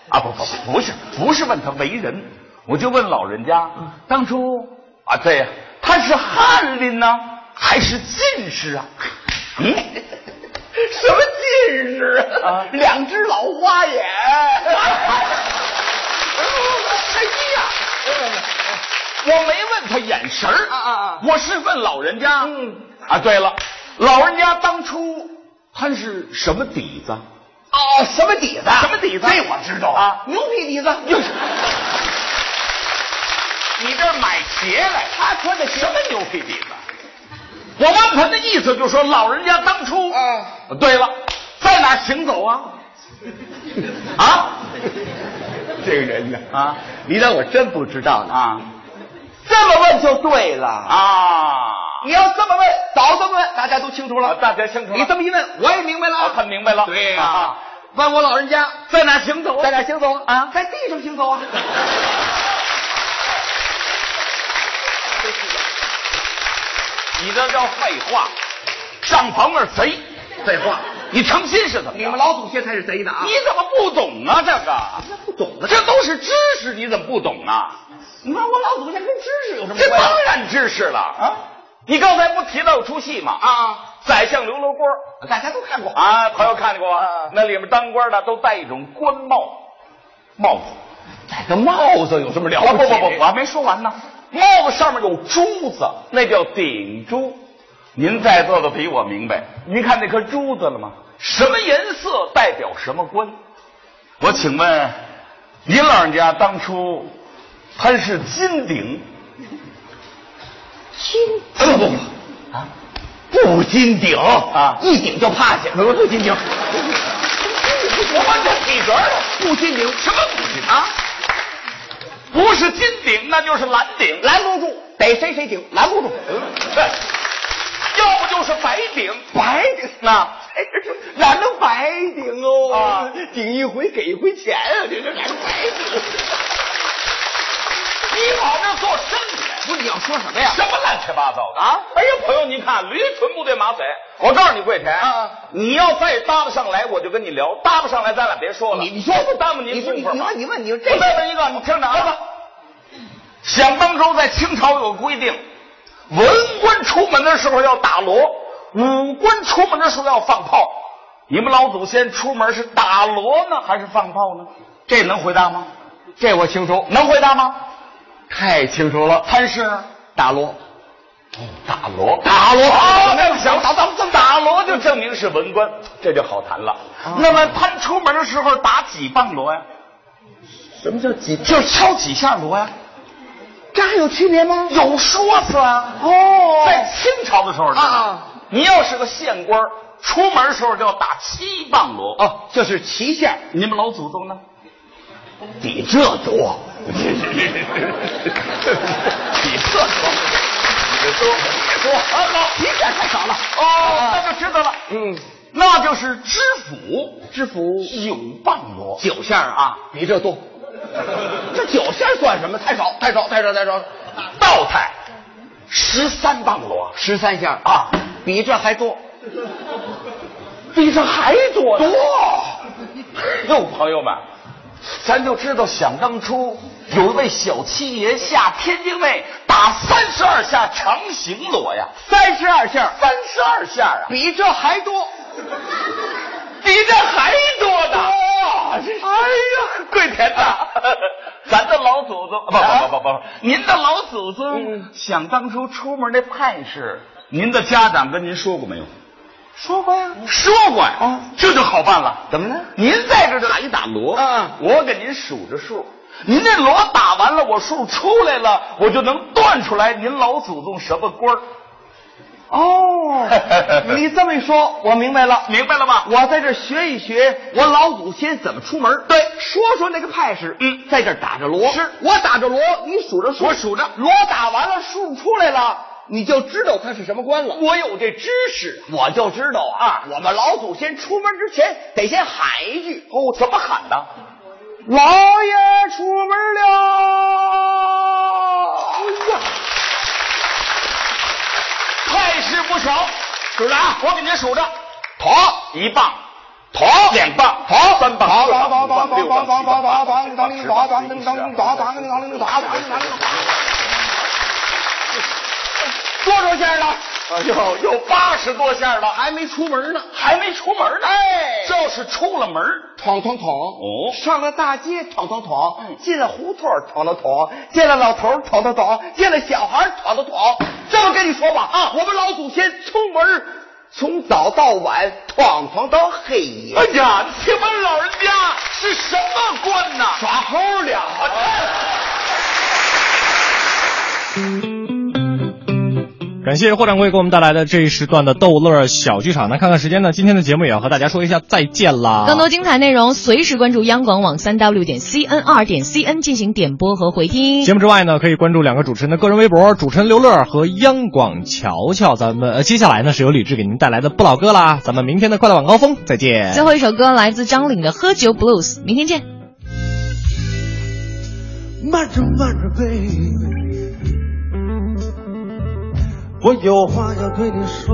S20: 啊，不不不，不是不是问他为人，我就问老人家，当初啊，对呀，他是翰林呢，还是进士啊？嗯，什么进士啊？两只老花 眼。哎呀，我没问他眼神儿，
S12: 啊
S20: 我是问老人家。
S12: 嗯
S20: 啊，对了，老人家当初他是什么底子？
S12: 哦，什么底子？
S20: 什么底子？
S12: 这我知道
S20: 啊
S12: 牛皮底子。
S20: 你这儿买鞋来？他穿的什么牛皮底子？我问他的意思就是说，老人家当初，
S12: 哦
S20: 啊，对了，在哪儿行走 啊？啊，
S12: 这个人呢啊，你当我真不知道呢啊？这么问就对了
S20: 啊！
S12: 你要这么问，早这么问，大家都清楚了。
S20: 大家清楚了
S12: 你这么一问，我也明白了啊。
S20: 很明白了。
S12: 对呀、
S20: 啊
S12: 问我老人家
S20: 在哪行走？
S12: 在哪行走啊？在地上行走啊。
S20: 你这叫废话，上房是贼，废话，你成心是怎么着？
S12: 你们老祖先才是贼呢啊！
S20: 你怎么不懂啊？这个不懂
S12: 啊
S20: 这都是知识，你怎么不懂啊？
S12: 你问我老祖先跟知识有什么关
S20: 这
S12: 系？
S20: 当然知识了啊！你刚才不提到有出戏吗？啊，宰相刘罗锅，
S12: 大家都看过
S20: 啊，朋友看见过，那里面当官的都戴一种官帽，帽子，
S12: 戴个 帽啊子有什么了
S20: 不
S12: 不
S20: 不
S12: 起？
S20: 不不，我还没说完呢。帽子上面有珠子，那叫顶珠。您在座的比我明白，您看那颗珠子了吗？什么颜色代表什么官？我请问，您老人家当初他是金顶，呃
S12: 不不不啊，不金顶啊，一顶就趴下，不不金顶。
S20: 我问这体格儿
S12: 不金顶
S20: 什么不金啊？不是金顶，那就是蓝顶，嗯
S12: 拦不住，逮谁谁顶，拦不住。
S20: 要不就是白顶。啊
S12: 白顶
S20: 呐，
S12: 哎，这哪能白顶哦？啊，顶一回给一回钱啊，这这哪能白顶？
S20: 你跑这儿做生意来了？不是你要说什么呀？什么乱七八糟的啊！哎呀，朋友，您看驴唇不对马嘴，我告诉你，桂田，
S12: 啊
S20: 你要再搭不上来，我就跟你聊；搭不上来，咱俩别说了。你你说不耽误您功夫吗？你问你这，我再问一个，你听着啊。想当初在清朝有个规定，文官出门的时候要打锣，武官出门的时候要放炮。你们老祖先出门是打锣呢，还是放炮呢？这能回答吗？这我清楚，能回答吗？太清楚了，潘氏打锣，打锣，打锣，好，那想打咱们打锣就证明是文官，这就好谈了。那么潘出门的时候打几棒锣呀？什么叫几？就是敲几下锣呀？这还有区别吗？有说辞啊！哦，在清朝的时候啊，你要是个县官，出门时候就要打七棒锣哦，这是旗下。你们老祖宗呢？比这 多，比 这多，比这多，比多啊！老提点太少了哦，那就知道了。嗯，那就是知府，知府九棒锣，九下啊，比这多。 这九下算什么？太少，太少，太少，太少。道台十三棒锣，十三下啊，比这还多，比这还多多。 哟，朋友们，咱就知道，想当初有一位小七爷下天津卫打三十二下长形锣呀，三十二下，三十二下啊，比这还多， 比这还多呢。哎呀，跪田 呐，咱的老祖宗不不不不不，您的老祖宗想当初出门那派事，您的家长跟您说过没有？说过呀，说过呀，啊，这就好办了。怎么呢？您在这就打一打锣，啊，我给您数着数，您那锣打完了，我数出来了，我就能断出来您老祖宗什么官儿。
S2: 哦，你这么一说，我明白了，
S20: 明白了吧？
S2: 我在这学一学我老祖先怎么出门。
S20: 对，
S2: 说说那个派式。
S20: 嗯，
S2: 在这打着锣，
S20: 是
S2: 我打着锣，你数着数，
S20: 我数着
S2: 锣打完了，数出来了，你就知道他是什么官了。
S20: 我有这知识，
S2: 我就知道啊，我们老祖先出门之前得先喊一句
S20: 哦，怎么喊的？
S2: 老爷出门了。哎呀！
S20: 派势不少，数着啊，我给您数着，头一棒，头两棒，头三棒，四棒，五棒，六棒，七棒，八棒，当当当当当当当当当当当。
S2: 多少下了？
S20: 哎呦，有八十多下了，
S2: 还没出门呢，
S20: 还没出门呢。
S2: 哎
S20: 这是出了门，
S2: 闯闯闯！
S20: 哦嗯
S2: 上了大街闯闯闯，进了胡同闯闯闯，见了老头闯闯闯，见了小孩闯闯闯。这么跟你说吧，啊，我们老祖先出门从早到晚闯闯到黑夜。
S20: 哎呀，请问老人家是什么官呐？
S2: 耍猴俩。
S4: 感谢霍掌柜给我们带来的这一时段的逗乐小剧场。那看看时间呢，今天的节目也要和大家说一下再见啦。
S3: 更多精彩内容，随时关注央广网三 w 点 c n 二点 c n 进行点播和回听。
S4: 节目之外呢，可以关注两个主持人的个人微博，主持人刘乐和央广乔乔。咱们呃，接下来呢是由李志给您带来的不老歌啦。咱们明天的快乐晚高峰再见。
S3: 最后一首歌来自张领的《喝酒 Blues》，明天见。
S6: 慢着慢着，baby，我有话要对你说。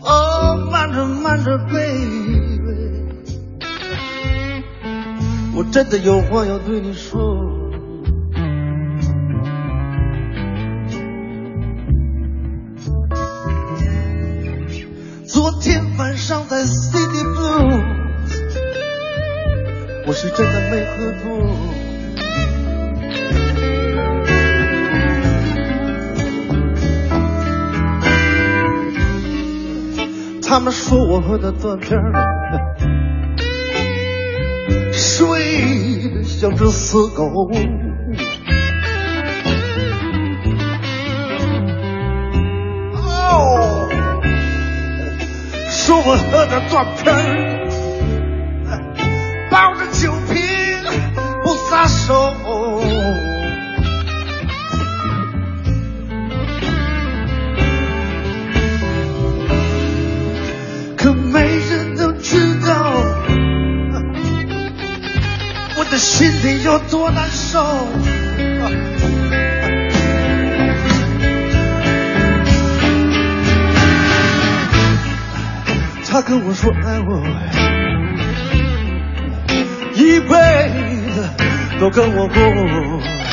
S6: 哦，慢着慢着，baby，我真的有话要对你说。昨天晚上在 City Blue，我是真的没喝多。他们说我喝的断片儿，睡得像只死狗。哦，说我喝的断片儿，抱着酒瓶不撒手。可没人能知道
S39: 心里有多难受。他跟我说爱我，一辈子都跟我过。哦哎